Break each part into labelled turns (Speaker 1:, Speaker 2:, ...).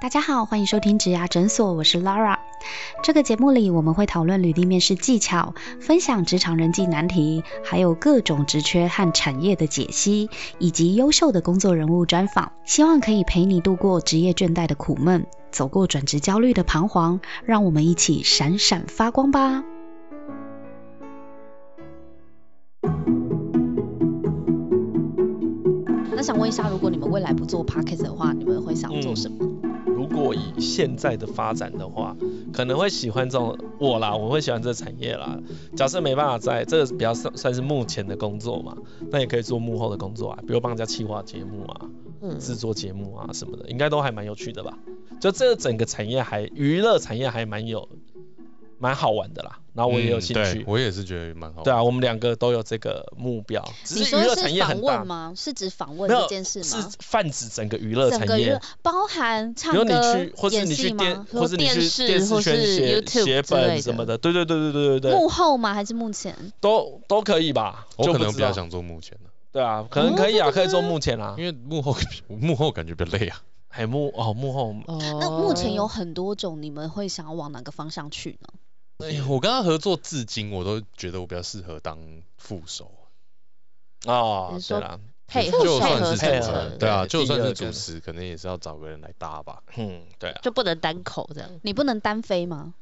Speaker 1: 大家好，欢迎收听植牙诊所，我是 Lara。这个节目里我们会讨论履历面试技巧，分享职场人际难题，还有各种职缺和产业的解析，以及优秀的工作人物专访，希望可以陪你度过职业倦怠的苦闷，走过转职焦虑的彷徨，让我们一起闪闪发光吧。那想问一下，如果你们未来不做 p o c k e t 的话，你们会想
Speaker 2: 嗯
Speaker 1: 做什么？
Speaker 2: 如果以现在的发展的话，可能会喜欢这种我啦，我会喜欢这个产业啦。假设没办法在这个比较算算是目前的工作嘛，那也可以做幕后的工作啊，比如帮人家企划节目啊、
Speaker 1: 嗯
Speaker 2: 制作节目啊什么的，应该都还蛮有趣的吧。就这个整个产业还娱乐产业还蛮有蛮好玩的啦，然后啊我也有兴
Speaker 3: 嗯
Speaker 2: 趣。
Speaker 3: 对我也是觉得蛮好。
Speaker 2: 对啊，我们两个都有这个目标，只
Speaker 4: 你
Speaker 2: 是
Speaker 4: 说
Speaker 2: 娱乐产
Speaker 4: 是
Speaker 2: 业
Speaker 4: 访
Speaker 2: 很大
Speaker 4: 问，吗？是指访问
Speaker 2: 没
Speaker 4: 这
Speaker 2: 有
Speaker 4: 件事
Speaker 2: 是
Speaker 4: 吗？
Speaker 2: 泛指整个娱乐
Speaker 4: 整
Speaker 2: 产
Speaker 4: 个娱
Speaker 2: 业
Speaker 4: 乐。包含唱
Speaker 2: 比如你
Speaker 4: 歌、
Speaker 2: 去，或是
Speaker 4: 演
Speaker 2: 你去
Speaker 4: 戏
Speaker 2: 电
Speaker 4: 吗，？
Speaker 2: 或是你
Speaker 4: 电
Speaker 2: 去
Speaker 4: 视
Speaker 2: 电视
Speaker 4: 或
Speaker 2: 圈
Speaker 4: 是
Speaker 2: 写
Speaker 4: YouTube
Speaker 2: 写
Speaker 4: 之类
Speaker 2: 本什么的，对对对对对对对，
Speaker 4: 幕后吗？还是目前？
Speaker 2: 都都可以吧？
Speaker 3: 我
Speaker 2: 就
Speaker 3: 可
Speaker 2: 不
Speaker 3: 能
Speaker 2: 知
Speaker 3: 比较
Speaker 2: 道，
Speaker 3: 想做幕前的，
Speaker 2: 对啊，可能
Speaker 4: 哦
Speaker 2: 可以啊，
Speaker 4: 真的
Speaker 2: 可以做
Speaker 4: 吗
Speaker 2: 幕前啊
Speaker 3: 因，为幕后幕后感觉比较累啊。
Speaker 2: 哎幕哦幕后，
Speaker 4: 那目前有很多种，你们会想要往哪个方向去呢？
Speaker 3: 哎呀，我跟他合作至今，我都觉得我比较适合当副手，啊
Speaker 2: 哦
Speaker 4: 你是
Speaker 2: 对
Speaker 4: 说
Speaker 2: 啦，
Speaker 4: 配合
Speaker 3: 就
Speaker 4: 配
Speaker 3: 算
Speaker 4: 合
Speaker 3: 是主
Speaker 2: 配
Speaker 4: 什
Speaker 2: 合
Speaker 3: 持
Speaker 4: 么
Speaker 3: 人，
Speaker 4: 的
Speaker 3: 对啊，
Speaker 2: 对
Speaker 3: 就算
Speaker 2: 第二
Speaker 3: 是
Speaker 2: 个
Speaker 3: 主持，可能也是要找个人来搭吧。
Speaker 2: 嗯对啊，
Speaker 4: 就不能单口这样。你不能单飞吗？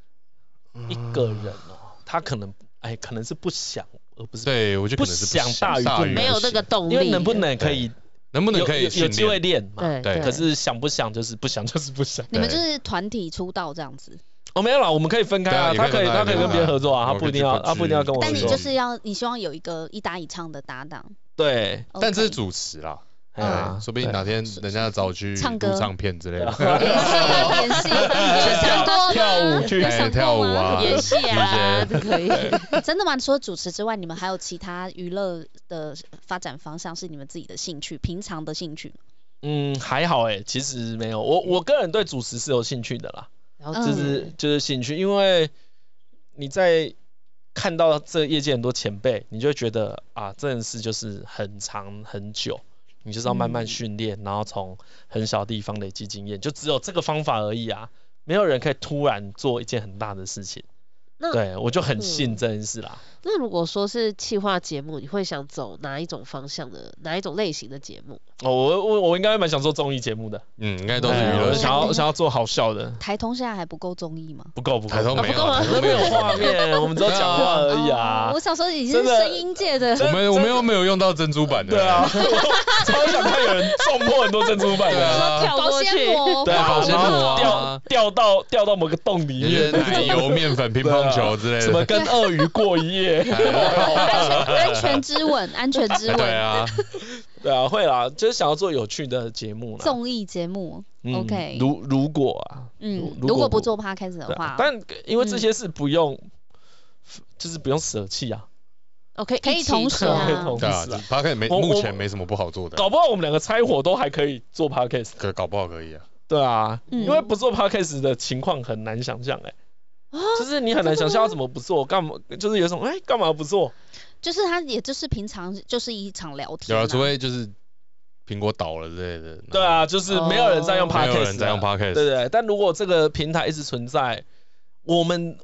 Speaker 2: 嗯一个人哦，他可能哎可能是不想，而不是
Speaker 3: 对，我就可能是
Speaker 2: 不想大于不能
Speaker 3: 于
Speaker 2: 没有
Speaker 3: 那个动，
Speaker 2: 因为能不能可以
Speaker 3: 能不能
Speaker 2: 有
Speaker 3: 可以
Speaker 2: 有有
Speaker 3: 训
Speaker 2: 机会
Speaker 3: 练？
Speaker 2: 练嘛？
Speaker 3: 对
Speaker 2: 可是想不想就是不想 就是不想。
Speaker 4: 你们就
Speaker 3: 对
Speaker 4: 是团体出道这样子，
Speaker 2: 哦没有啦，我们可以分开啊，
Speaker 3: 对啊
Speaker 2: 他
Speaker 3: 也
Speaker 2: 可
Speaker 3: 可以
Speaker 2: 以
Speaker 3: 分开
Speaker 2: 他可以
Speaker 3: 也可以
Speaker 2: 跟别人
Speaker 3: 分开
Speaker 2: 合作啊，他
Speaker 3: 我
Speaker 2: 不一
Speaker 3: 可以
Speaker 2: 定要
Speaker 3: 去
Speaker 2: 他不一定要跟我合
Speaker 4: 但你
Speaker 2: 作
Speaker 4: 就
Speaker 3: 说
Speaker 4: 是要你希望有一个一搭一唱的搭档。
Speaker 2: 对，
Speaker 3: 但这是
Speaker 4: OK
Speaker 3: 主持啦，
Speaker 2: 哎呀
Speaker 3: 嗯对，说不定哪天人家找去
Speaker 4: 唱
Speaker 3: 录
Speaker 4: 歌
Speaker 3: 唱片之类的，
Speaker 5: 啊
Speaker 4: 演 戏，有想过吗？
Speaker 2: 跳舞去
Speaker 4: 有
Speaker 3: 哎
Speaker 4: 想过吗
Speaker 3: 跳舞啊，
Speaker 5: 演戏啊，
Speaker 3: 一些
Speaker 5: 都可以。
Speaker 4: 真的吗？除了主持之外，你们还有其他娱乐的发展方向是你们自己的兴趣，平常的兴趣？
Speaker 2: 嗯，还好哎、其实没有，我我个人对主持是有兴趣的啦，
Speaker 5: 然
Speaker 4: 嗯
Speaker 2: 就、
Speaker 5: 后就是是
Speaker 2: 就是兴趣，因为你在看到这业界很多前辈，你就会觉得啊，这件事就是很长很久，你就是要慢慢训练，然后从很小地方累积经验，就只有这个方法而已啊，没有人可以突然做一件很大的事情。
Speaker 5: 那
Speaker 2: 对，我就很信
Speaker 5: 嗯
Speaker 2: 这件事啦。
Speaker 5: 那如果说是企划节目，你会想走哪一种方向的，哪一种类型的节目？
Speaker 2: 哦，我我我应该蛮想做综艺节目的，
Speaker 3: 嗯，应该都是娱
Speaker 2: 哎
Speaker 3: 乐
Speaker 2: 我
Speaker 3: 性
Speaker 2: 想。要想要做好笑的，
Speaker 4: 台通现在还不够综艺吗？
Speaker 2: 不够啊不够，
Speaker 3: 台头没有，台头
Speaker 2: 都没
Speaker 3: 没
Speaker 2: 有
Speaker 3: 有
Speaker 2: 画面，我们只有讲话而已啊
Speaker 4: 哦我。小时候已经
Speaker 2: 真
Speaker 4: 是
Speaker 2: 的
Speaker 4: 声音界的，
Speaker 3: 我们我们又没有用到珍珠版的。
Speaker 2: 对啊，，我超想看有人撞破很多珍珠板
Speaker 3: 对
Speaker 2: 的。
Speaker 3: 啊，
Speaker 5: 跳
Speaker 4: 保
Speaker 5: 过去
Speaker 4: 鲜 膜，
Speaker 2: 对啊
Speaker 3: 保，鲜
Speaker 2: 然
Speaker 3: 膜
Speaker 2: 后
Speaker 3: 啊
Speaker 2: 掉掉到掉到某个洞里
Speaker 3: 一些
Speaker 2: 面，
Speaker 3: 奶油面粉、乒乓球之类
Speaker 2: 什么
Speaker 3: 的。
Speaker 2: 跟鳄鱼过夜。
Speaker 4: 安全之吻，安全之
Speaker 3: 哎对
Speaker 4: 吻，
Speaker 3: 啊，
Speaker 2: 对啊，会啦，就是想要做有趣的节目啦。
Speaker 4: 综艺节目。
Speaker 2: 嗯
Speaker 4: OK
Speaker 2: 如如果啊，
Speaker 4: 嗯，
Speaker 2: 如
Speaker 4: 如
Speaker 2: 果
Speaker 4: 果
Speaker 2: 不
Speaker 4: 不做 podcast 的
Speaker 2: 对啊
Speaker 4: 话，嗯
Speaker 2: 但因为这些是不用，就是不用舍弃啊，
Speaker 5: 哦，可以
Speaker 4: 可以
Speaker 5: 一起
Speaker 4: 同时
Speaker 5: 做
Speaker 4: 啊
Speaker 2: 可以同
Speaker 3: 对啊
Speaker 2: 时啊，，
Speaker 3: 他可以没
Speaker 2: 我我
Speaker 3: 目前没什么不好做的，
Speaker 2: 搞不好我们两个拆伙都还可以做 podcast。
Speaker 3: 可搞不好可以啊。
Speaker 2: 对啊，
Speaker 4: 嗯
Speaker 2: 因为不做 podcast 的情况很难想象哎、就是你很难想象要怎么不做，干嘛就是有一种哎干、嘛不做？
Speaker 4: 就是他，也就是平常就是一场聊天
Speaker 3: 有
Speaker 4: 啦，
Speaker 3: 啊，除非就是苹果倒了之类的。
Speaker 2: 对啊，就是没有人在用 podcast，、
Speaker 3: 嗯
Speaker 5: 哦
Speaker 2: 啊
Speaker 3: 没有人在用
Speaker 2: 对
Speaker 3: podcast
Speaker 2: 对对。但如果这个平台一直存在，我们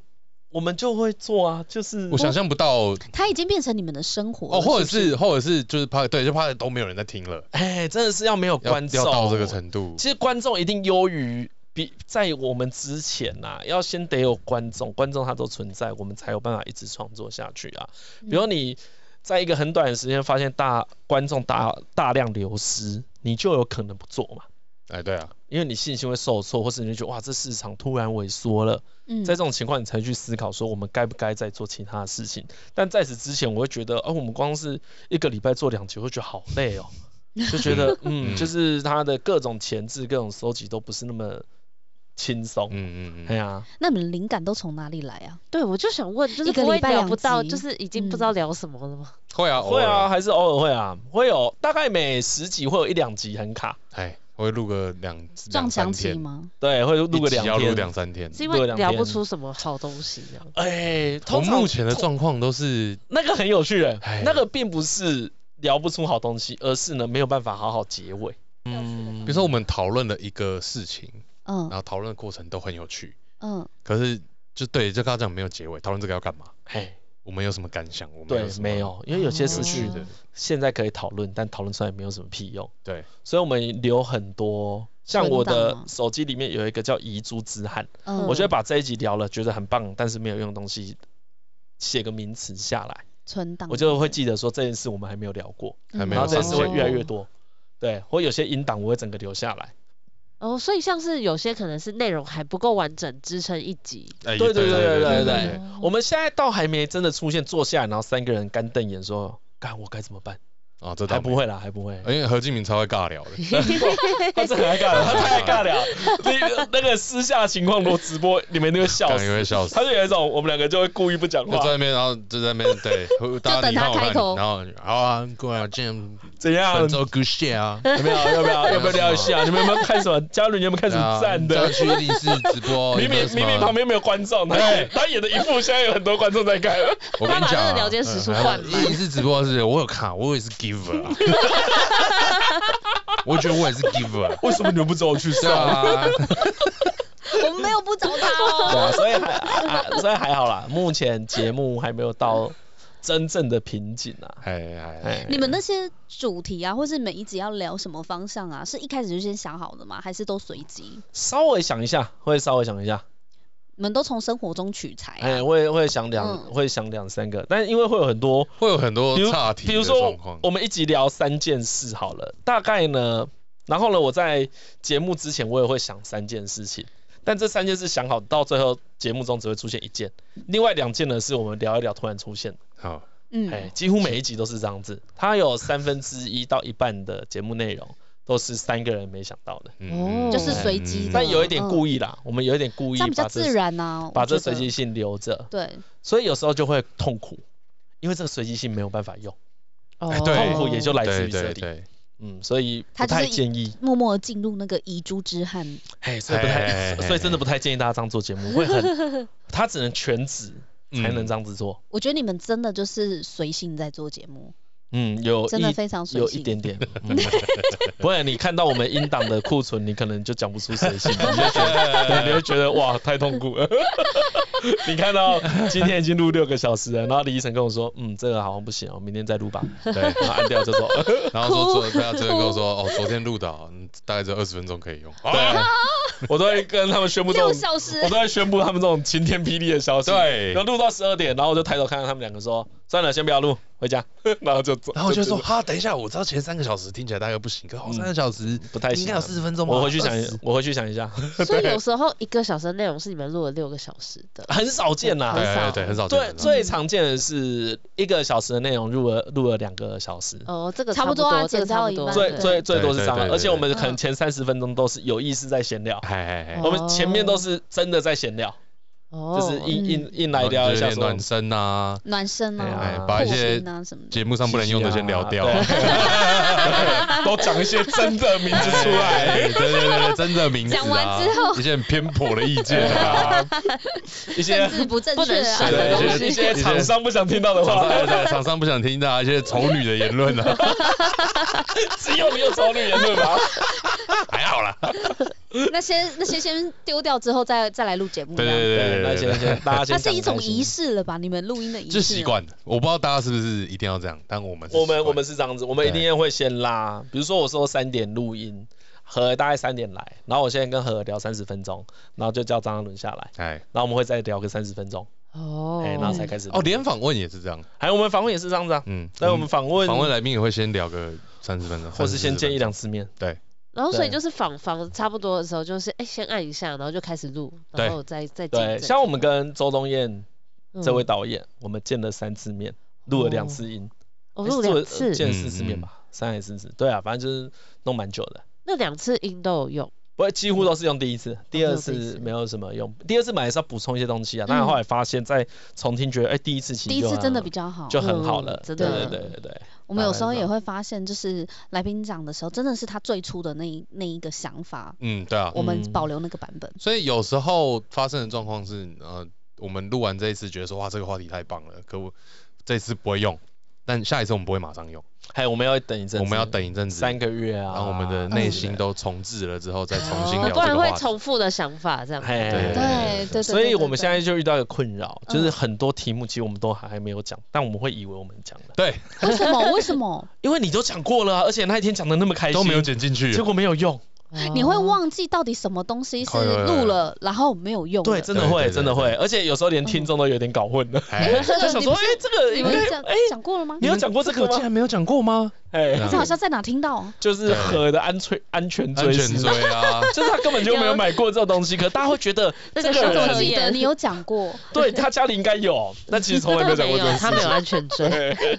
Speaker 2: 我们就会做啊，就是
Speaker 3: 然后，我想象不到
Speaker 4: 他 已经变成你们的生活了
Speaker 3: 哦，或者
Speaker 4: 是不是
Speaker 3: 是或者是就是怕对，就怕都没有人在听了，
Speaker 2: 哎、真的是要没有
Speaker 3: 要
Speaker 2: 观众
Speaker 3: 要到这个程度。
Speaker 2: 其实观众一定优于比在我们之前呐、要先得有观众，观众他都存在，我们才有办法一直创作下去啊。比如你在一个很短的时间发现大观众大大量流失，你就有可能不做嘛，
Speaker 3: 哎，对啊，
Speaker 2: 因为你信心会受挫，或是你就觉得哇这市场突然萎缩了，
Speaker 4: 嗯
Speaker 2: 在这种情况你才去思考说我们该不该再做其他的事情。但在此之前，我会觉得，哦、我们光是一个礼拜做两集，会觉得好累哦。就觉得嗯，
Speaker 3: 嗯
Speaker 2: 就是他的各种前置、各种收集都不是那么轻松。
Speaker 3: 嗯嗯
Speaker 2: 哎
Speaker 3: 嗯，
Speaker 2: 呀，
Speaker 4: 那你们灵感都从哪里来啊？
Speaker 5: 对，我就想问，就是
Speaker 4: 一个
Speaker 5: 不会
Speaker 4: 礼拜两
Speaker 5: 聊不到，
Speaker 4: 集
Speaker 5: 就是已经不知道聊什么了吗？
Speaker 3: 会啊，
Speaker 2: 会
Speaker 3: 偶
Speaker 2: 啊，
Speaker 3: 尔，
Speaker 2: 还是偶尔会啊，会有大概每十集会有一两集很卡，
Speaker 3: 哎，我会录个两
Speaker 4: 撞
Speaker 3: 两
Speaker 4: 墙
Speaker 3: 三
Speaker 4: 期
Speaker 3: 天，
Speaker 4: 吗？
Speaker 2: 对，会录个
Speaker 3: 一集
Speaker 2: 两
Speaker 3: 要录
Speaker 2: 天
Speaker 3: 两。三天。
Speaker 5: 是因
Speaker 2: 对
Speaker 5: 为
Speaker 2: 两
Speaker 5: 聊
Speaker 2: 天
Speaker 5: 不出什么好东西这样。
Speaker 2: 哎，
Speaker 3: 我
Speaker 2: 通常
Speaker 3: 目前的状况都是
Speaker 2: 那个很有趣哎
Speaker 3: 哎，
Speaker 2: 那个并不是聊不出好东西，而是呢没有办法好好结尾。嗯，
Speaker 3: 比如说我们讨论了一个事情，
Speaker 4: 嗯
Speaker 3: 然后讨论的过程都很有趣。
Speaker 4: 嗯，
Speaker 3: 可是就对，就刚刚讲没有结尾，讨论这个要干嘛？
Speaker 2: 嘿，
Speaker 3: 我们有什么感想？我们
Speaker 2: 对，
Speaker 3: 什么
Speaker 2: 没有，因为有些
Speaker 3: 有
Speaker 2: 事
Speaker 3: 趣
Speaker 2: 情
Speaker 4: 哦
Speaker 3: 的，
Speaker 2: 现在可以讨论，但讨论出来没有什么屁用，
Speaker 3: 对，
Speaker 2: 所以我们留很多。像我
Speaker 4: 存档
Speaker 2: 的
Speaker 4: 吗
Speaker 2: 手机里面有一个叫遗珠之憾，
Speaker 4: 嗯
Speaker 2: 我觉得把这一集聊了，觉得很棒，但是没有用的东西，写个名词下来，
Speaker 4: 存档，
Speaker 2: 我就会记得说这件事我们还没有聊过，
Speaker 4: 嗯，
Speaker 3: 还没
Speaker 2: 然后
Speaker 3: 有
Speaker 2: 这件
Speaker 3: 上
Speaker 2: 事会
Speaker 3: 线
Speaker 2: 越来越多，对，或有些音档我会整个留下来，
Speaker 5: 哦，所以像是有些可能是内容还不够完整，支撑一集。
Speaker 3: 哎
Speaker 2: 对
Speaker 3: 对
Speaker 2: 对对
Speaker 3: 对
Speaker 2: 对
Speaker 3: 对，
Speaker 5: 嗯
Speaker 2: 我们现在倒还没真的出现坐下来，然后三个人干瞪眼说，干我该怎么办？
Speaker 3: 啊，这倒
Speaker 2: 还
Speaker 3: 没
Speaker 2: 不会啦，还不会
Speaker 3: 有，，因为何敬明超会 尬聊的，
Speaker 2: 哎 他真的还尬聊，他太尬聊，那那个私下情况，如果直播你们那个笑
Speaker 3: 刚因
Speaker 2: 死，
Speaker 3: 为笑死。
Speaker 2: 他就有一种我们两个就会故意不讲
Speaker 3: 就在
Speaker 2: 话，
Speaker 3: 那边，然后就在那边， 对，大家
Speaker 4: 等
Speaker 3: 你
Speaker 4: 他
Speaker 3: 看我
Speaker 4: 开
Speaker 3: 看你，
Speaker 4: 口
Speaker 3: 然后你好啊，过来，今天
Speaker 2: 怎样
Speaker 3: 本？周 good shit 啊，
Speaker 2: 有没有？要不要？要不要 聊一下？你们有没有看什么？嘉伦，你有没有看什么赞
Speaker 3: 对啊
Speaker 2: 的
Speaker 3: 你？知道去一零四直播，
Speaker 2: 明
Speaker 3: 有没有
Speaker 2: 明
Speaker 3: 什么
Speaker 2: 明明旁边没有观众，他
Speaker 3: 哎
Speaker 2: 演他演的一副，现在有很多观众在看。
Speaker 3: 我跟你讲
Speaker 5: 他把
Speaker 3: 啊，
Speaker 5: 那个聊天时数
Speaker 3: 嗯
Speaker 5: 灌满
Speaker 3: 一零四直播是，我有看，我也是 giver，啊 我觉得我也是 giver，啊
Speaker 2: 为什么你们不找我去
Speaker 3: 对
Speaker 2: 上？
Speaker 3: 啊，
Speaker 4: 我们没有不找他
Speaker 2: 对
Speaker 4: 哦，
Speaker 2: 啊，所以还啊，所以还好啦。目前节目还没有到真正的瓶颈啊。
Speaker 3: 哎哎，
Speaker 2: 哎，
Speaker 4: 你们那些主题啊，或是每一集要聊什么方向啊，是一开始就先想好的吗？还是都随机？
Speaker 2: 稍微想一下，会稍微想一下。
Speaker 4: 你们都从生活中取材啊？
Speaker 2: 哎，会会想两
Speaker 4: 嗯
Speaker 2: 会想两三个，但是因为会有很多，
Speaker 3: 会有很多
Speaker 2: 比如
Speaker 3: 岔题
Speaker 2: 比如
Speaker 3: 的
Speaker 2: 说
Speaker 3: 状况，
Speaker 2: 我们一集聊三件事好了，大概呢，然后呢，我在节目之前我也会想三件事情，但这三件事想好到最后节目中只会出现一件，另外两件呢是我们聊一聊突然出现的，
Speaker 3: 好，
Speaker 2: 哎，
Speaker 4: 嗯，
Speaker 2: 几乎每一集都是这样子，它有三分之一到一半的节目内容都是三个人没想到的，
Speaker 3: 嗯
Speaker 5: 哦
Speaker 4: 就是随机的
Speaker 2: 但有一点故意啦，我们有一点故
Speaker 4: 这
Speaker 2: 意
Speaker 4: 样比较
Speaker 2: 把
Speaker 4: 自
Speaker 2: 这
Speaker 4: 然呐、啊。
Speaker 2: 把
Speaker 4: 我觉
Speaker 2: 这
Speaker 4: 得
Speaker 2: 随机性留着，
Speaker 4: 对，
Speaker 2: 所以有时候就会痛苦，因为这个随机性没有办法用，
Speaker 5: 哦
Speaker 3: 对
Speaker 2: 痛苦也就来自
Speaker 3: 对
Speaker 2: 于这
Speaker 3: 对
Speaker 2: 里。
Speaker 3: 对，
Speaker 2: 嗯，所以不
Speaker 4: 它就
Speaker 2: 太
Speaker 4: 是一
Speaker 2: 建议，
Speaker 4: 默默进入那个遗珠之憾。
Speaker 2: 哎，所以不
Speaker 3: 嘿嘿
Speaker 2: 太
Speaker 3: 嘿，嘿
Speaker 2: 所以真的不太建议大家这样做节目，会很，他只能全职
Speaker 3: 嗯
Speaker 2: 才能这样子做。
Speaker 4: 我觉得你们真的就是随性在做节目，
Speaker 2: 嗯，有
Speaker 4: 真的
Speaker 2: 一
Speaker 4: 非常随
Speaker 2: 有一
Speaker 4: 性。
Speaker 2: 点点，嗯 不然你看到我们音档的库存，你可能就讲不出谁信，你就觉得你就觉得哇太痛苦 了。你看到今天已经录六个小时了，然后李医生跟我说，嗯，这个好像不行哦，明天再录吧，
Speaker 3: 对。
Speaker 2: 然后按掉就走。
Speaker 3: 然后说昨他昨天跟我说，哦，昨天录的哦，嗯大概只有二十分钟可以用。哦
Speaker 2: 对， 我都会跟他们宣布这种
Speaker 4: 六，小时
Speaker 2: 我，都会宣布他们这种晴天霹雳的消息。
Speaker 3: 对
Speaker 2: 然后录到十二点，然后我就抬头看到他们两个说：“算了，先不要录，回家。”然后就走。
Speaker 3: 然后我就说，
Speaker 2: 走
Speaker 3: 哈，等一下，我知道前三个小时听起来大概不行，可好，三个小时
Speaker 2: 不太行啊
Speaker 3: 应该有四十分钟吧。
Speaker 2: 我回去 想
Speaker 3: 20，
Speaker 2: 我回去想一下，
Speaker 5: 所以有时候一个小时的内容是你们录了六个小时的，
Speaker 2: 很少见
Speaker 3: 对
Speaker 2: 啦。
Speaker 5: 很少
Speaker 3: 对对，很少见。
Speaker 2: 对，
Speaker 3: 很少见
Speaker 2: 最常见的是一个小时的内容录了录了两个小时，
Speaker 5: 哦，这个
Speaker 4: 差不
Speaker 5: 不
Speaker 4: 多啊
Speaker 5: 这个
Speaker 4: 剪
Speaker 5: 差
Speaker 4: 到
Speaker 5: 不
Speaker 4: 一
Speaker 5: 多
Speaker 4: 半，
Speaker 2: 最
Speaker 4: 对
Speaker 2: 最最多是这
Speaker 3: 对
Speaker 2: 样
Speaker 3: 对
Speaker 2: 啦。
Speaker 3: 对
Speaker 2: 而且我们可能
Speaker 4: 嗯
Speaker 2: 前三十分钟都是有意识在闲聊，
Speaker 3: 哎哎哎
Speaker 5: 哦
Speaker 2: 我们前面都是真的在闲聊，
Speaker 5: 哦
Speaker 2: 就是硬硬硬来
Speaker 3: 然后
Speaker 2: 聊一
Speaker 3: 哦就有
Speaker 2: 下
Speaker 3: 点
Speaker 2: 说
Speaker 3: 暖身啊，
Speaker 4: 暖身
Speaker 2: 哎
Speaker 4: 啊，
Speaker 2: 呀
Speaker 3: 哎，
Speaker 2: 啊
Speaker 3: 把一
Speaker 4: 破
Speaker 3: 些
Speaker 4: 心啊什么的。
Speaker 3: 节目上不能用的先聊哦掉。
Speaker 2: 嘻嘻啊对都讲一些真的名字出来。
Speaker 3: 哎对对对对，真的名字啊。
Speaker 4: 讲完之后
Speaker 3: 一些很偏颇的意见 啊，
Speaker 2: 一些
Speaker 4: 政治不正
Speaker 5: 不
Speaker 4: 确
Speaker 5: 能
Speaker 4: 啊
Speaker 5: 删
Speaker 2: 对
Speaker 5: 的
Speaker 2: 一
Speaker 5: 东
Speaker 2: 些
Speaker 5: 西
Speaker 2: 一些厂商不想听到的
Speaker 3: 厂
Speaker 2: 话，
Speaker 3: 商厂商不想听的啊，一些丑女的言论啊，
Speaker 2: 只有你有丑女言论吧？
Speaker 3: 还好啦。
Speaker 4: 那些那些先丢掉之后再再来录节目。
Speaker 3: 对对对对
Speaker 2: 那
Speaker 3: 对
Speaker 2: 先
Speaker 3: 对
Speaker 2: 先大家先。
Speaker 4: 它是一种仪。式了吧？你们录音的仪式。
Speaker 3: 就习。惯了。我不知道大家是不是一定要这样，但我们是
Speaker 2: 我
Speaker 3: 习
Speaker 2: 们
Speaker 3: 惯
Speaker 2: 我们是这样子，我们一
Speaker 3: 对
Speaker 2: 定会先拉，比如说我说三点录音，何大概三点来，然后我现在跟何聊三十分钟，然后就叫张嘉伦下来，
Speaker 3: 哎
Speaker 2: 然后我们会再聊个三十分钟，
Speaker 5: 哦
Speaker 2: 哎，然后才开始。
Speaker 3: 哦，，连访问也是这样，
Speaker 2: 还有我们访问也是这样子啊，
Speaker 3: 嗯，
Speaker 2: 但我们访问
Speaker 3: 访问来宾也会先聊个三十分钟，
Speaker 2: 或是先见一
Speaker 3: 两，
Speaker 2: 两次面，
Speaker 5: 然后所以
Speaker 2: 对
Speaker 5: 就是访访差不多的时候，就是哎、先按一下，然后就开始录，然
Speaker 3: 对
Speaker 5: 后再再进
Speaker 2: 对，
Speaker 5: 正
Speaker 2: 像我们
Speaker 5: 题
Speaker 2: 跟周冬燕
Speaker 5: 嗯
Speaker 2: 这位导演，我们见了三次面，录了两次音，
Speaker 5: 我
Speaker 2: 还是
Speaker 5: 哦录
Speaker 2: 做
Speaker 5: 两
Speaker 2: 了呃
Speaker 5: 次，
Speaker 2: 见了四次
Speaker 3: 嗯
Speaker 2: 面吧，三还是四次？对啊，反正就是弄蛮久的。
Speaker 5: 那两次音都有用，
Speaker 2: 不过几乎都是用第一次，第二
Speaker 5: 都是用第一
Speaker 2: 次
Speaker 5: 次
Speaker 2: 没有什么用。第二次买还是要补充一些东西啊，但是后来发现，再重听觉得，哎，第一次其实
Speaker 4: 第一
Speaker 2: 就
Speaker 4: 次
Speaker 2: 很
Speaker 4: 真的比较好。
Speaker 2: 就很好了
Speaker 5: 嗯。真
Speaker 2: 对对
Speaker 5: 的
Speaker 2: 对对对，
Speaker 4: 我们有时
Speaker 2: 当
Speaker 4: 候
Speaker 2: 然
Speaker 4: 也
Speaker 2: 了
Speaker 4: 会发现，就是来宾讲的时候，真的是他最初的那一那一个想法，
Speaker 3: 嗯，对啊。
Speaker 4: 我们
Speaker 2: 嗯
Speaker 4: 保留那个版本。
Speaker 3: 所以有时候发生的状况是，呃，我们录完这一次觉得说哇这个话题太棒了，可我这次不会用，但下一次我们不会马上用，
Speaker 2: 还有我们要等一阵子，
Speaker 3: 我们要等一阵子，
Speaker 2: 三个月啊，
Speaker 3: 然后我们的内心都重置了之后，再重新
Speaker 4: 哦
Speaker 5: 很
Speaker 3: 聊
Speaker 5: 多
Speaker 3: 这
Speaker 5: 人
Speaker 3: 个
Speaker 5: 哦会
Speaker 3: 话题。
Speaker 5: 重复的想法这样。
Speaker 2: 嘿
Speaker 3: 对
Speaker 4: 对对，
Speaker 2: 所以我们现
Speaker 4: 在
Speaker 2: 在就遇到一个困扰，
Speaker 4: 嗯
Speaker 2: 就是很多题目其实我们都还还没有讲，但我们会以为我们讲了，
Speaker 3: 对，
Speaker 4: 为什 么？为什么
Speaker 2: 因为你都讲过了啊，而且那一天讲的那么开心，
Speaker 3: 都没有剪进去
Speaker 2: 结。果没有用，
Speaker 4: 你会
Speaker 5: 哦
Speaker 4: 忘记到底什么东
Speaker 2: 嗯
Speaker 4: 西是
Speaker 3: 快快快
Speaker 4: 录了然后没有用的？
Speaker 2: 对，真的
Speaker 3: 对
Speaker 2: 会，
Speaker 3: 对
Speaker 2: 真的
Speaker 3: 对
Speaker 2: 会，而且有时候连听众都有点搞混了，
Speaker 3: 哎
Speaker 4: 这个
Speaker 2: 就想说，
Speaker 4: 你不
Speaker 2: 哎
Speaker 4: 是，
Speaker 2: 这个
Speaker 4: 你
Speaker 2: 应
Speaker 4: 们
Speaker 2: 该，
Speaker 4: 讲
Speaker 2: 哎，
Speaker 4: 讲过了吗？
Speaker 2: 你有讲过这个
Speaker 3: 我竟
Speaker 2: 吗？
Speaker 3: 然没有讲过吗？
Speaker 2: 哎，
Speaker 4: 这好像在哪听到？
Speaker 2: 就是和的安全安全
Speaker 3: 安
Speaker 2: 追
Speaker 3: 全
Speaker 2: 思，
Speaker 3: 追啊，
Speaker 2: 就是他根本就没有买过这种东西，可大家会觉得
Speaker 5: 那
Speaker 2: 这
Speaker 5: 个
Speaker 2: 个
Speaker 5: 小
Speaker 4: 我
Speaker 5: 可
Speaker 2: 人
Speaker 5: 以
Speaker 4: 记得你有讲过，
Speaker 2: 对他家里应该有，但其实从来没有讲过这
Speaker 5: 没
Speaker 2: 种
Speaker 5: 有他没有
Speaker 2: 事
Speaker 4: 啊
Speaker 2: 哎
Speaker 5: 安全追。
Speaker 4: 诶，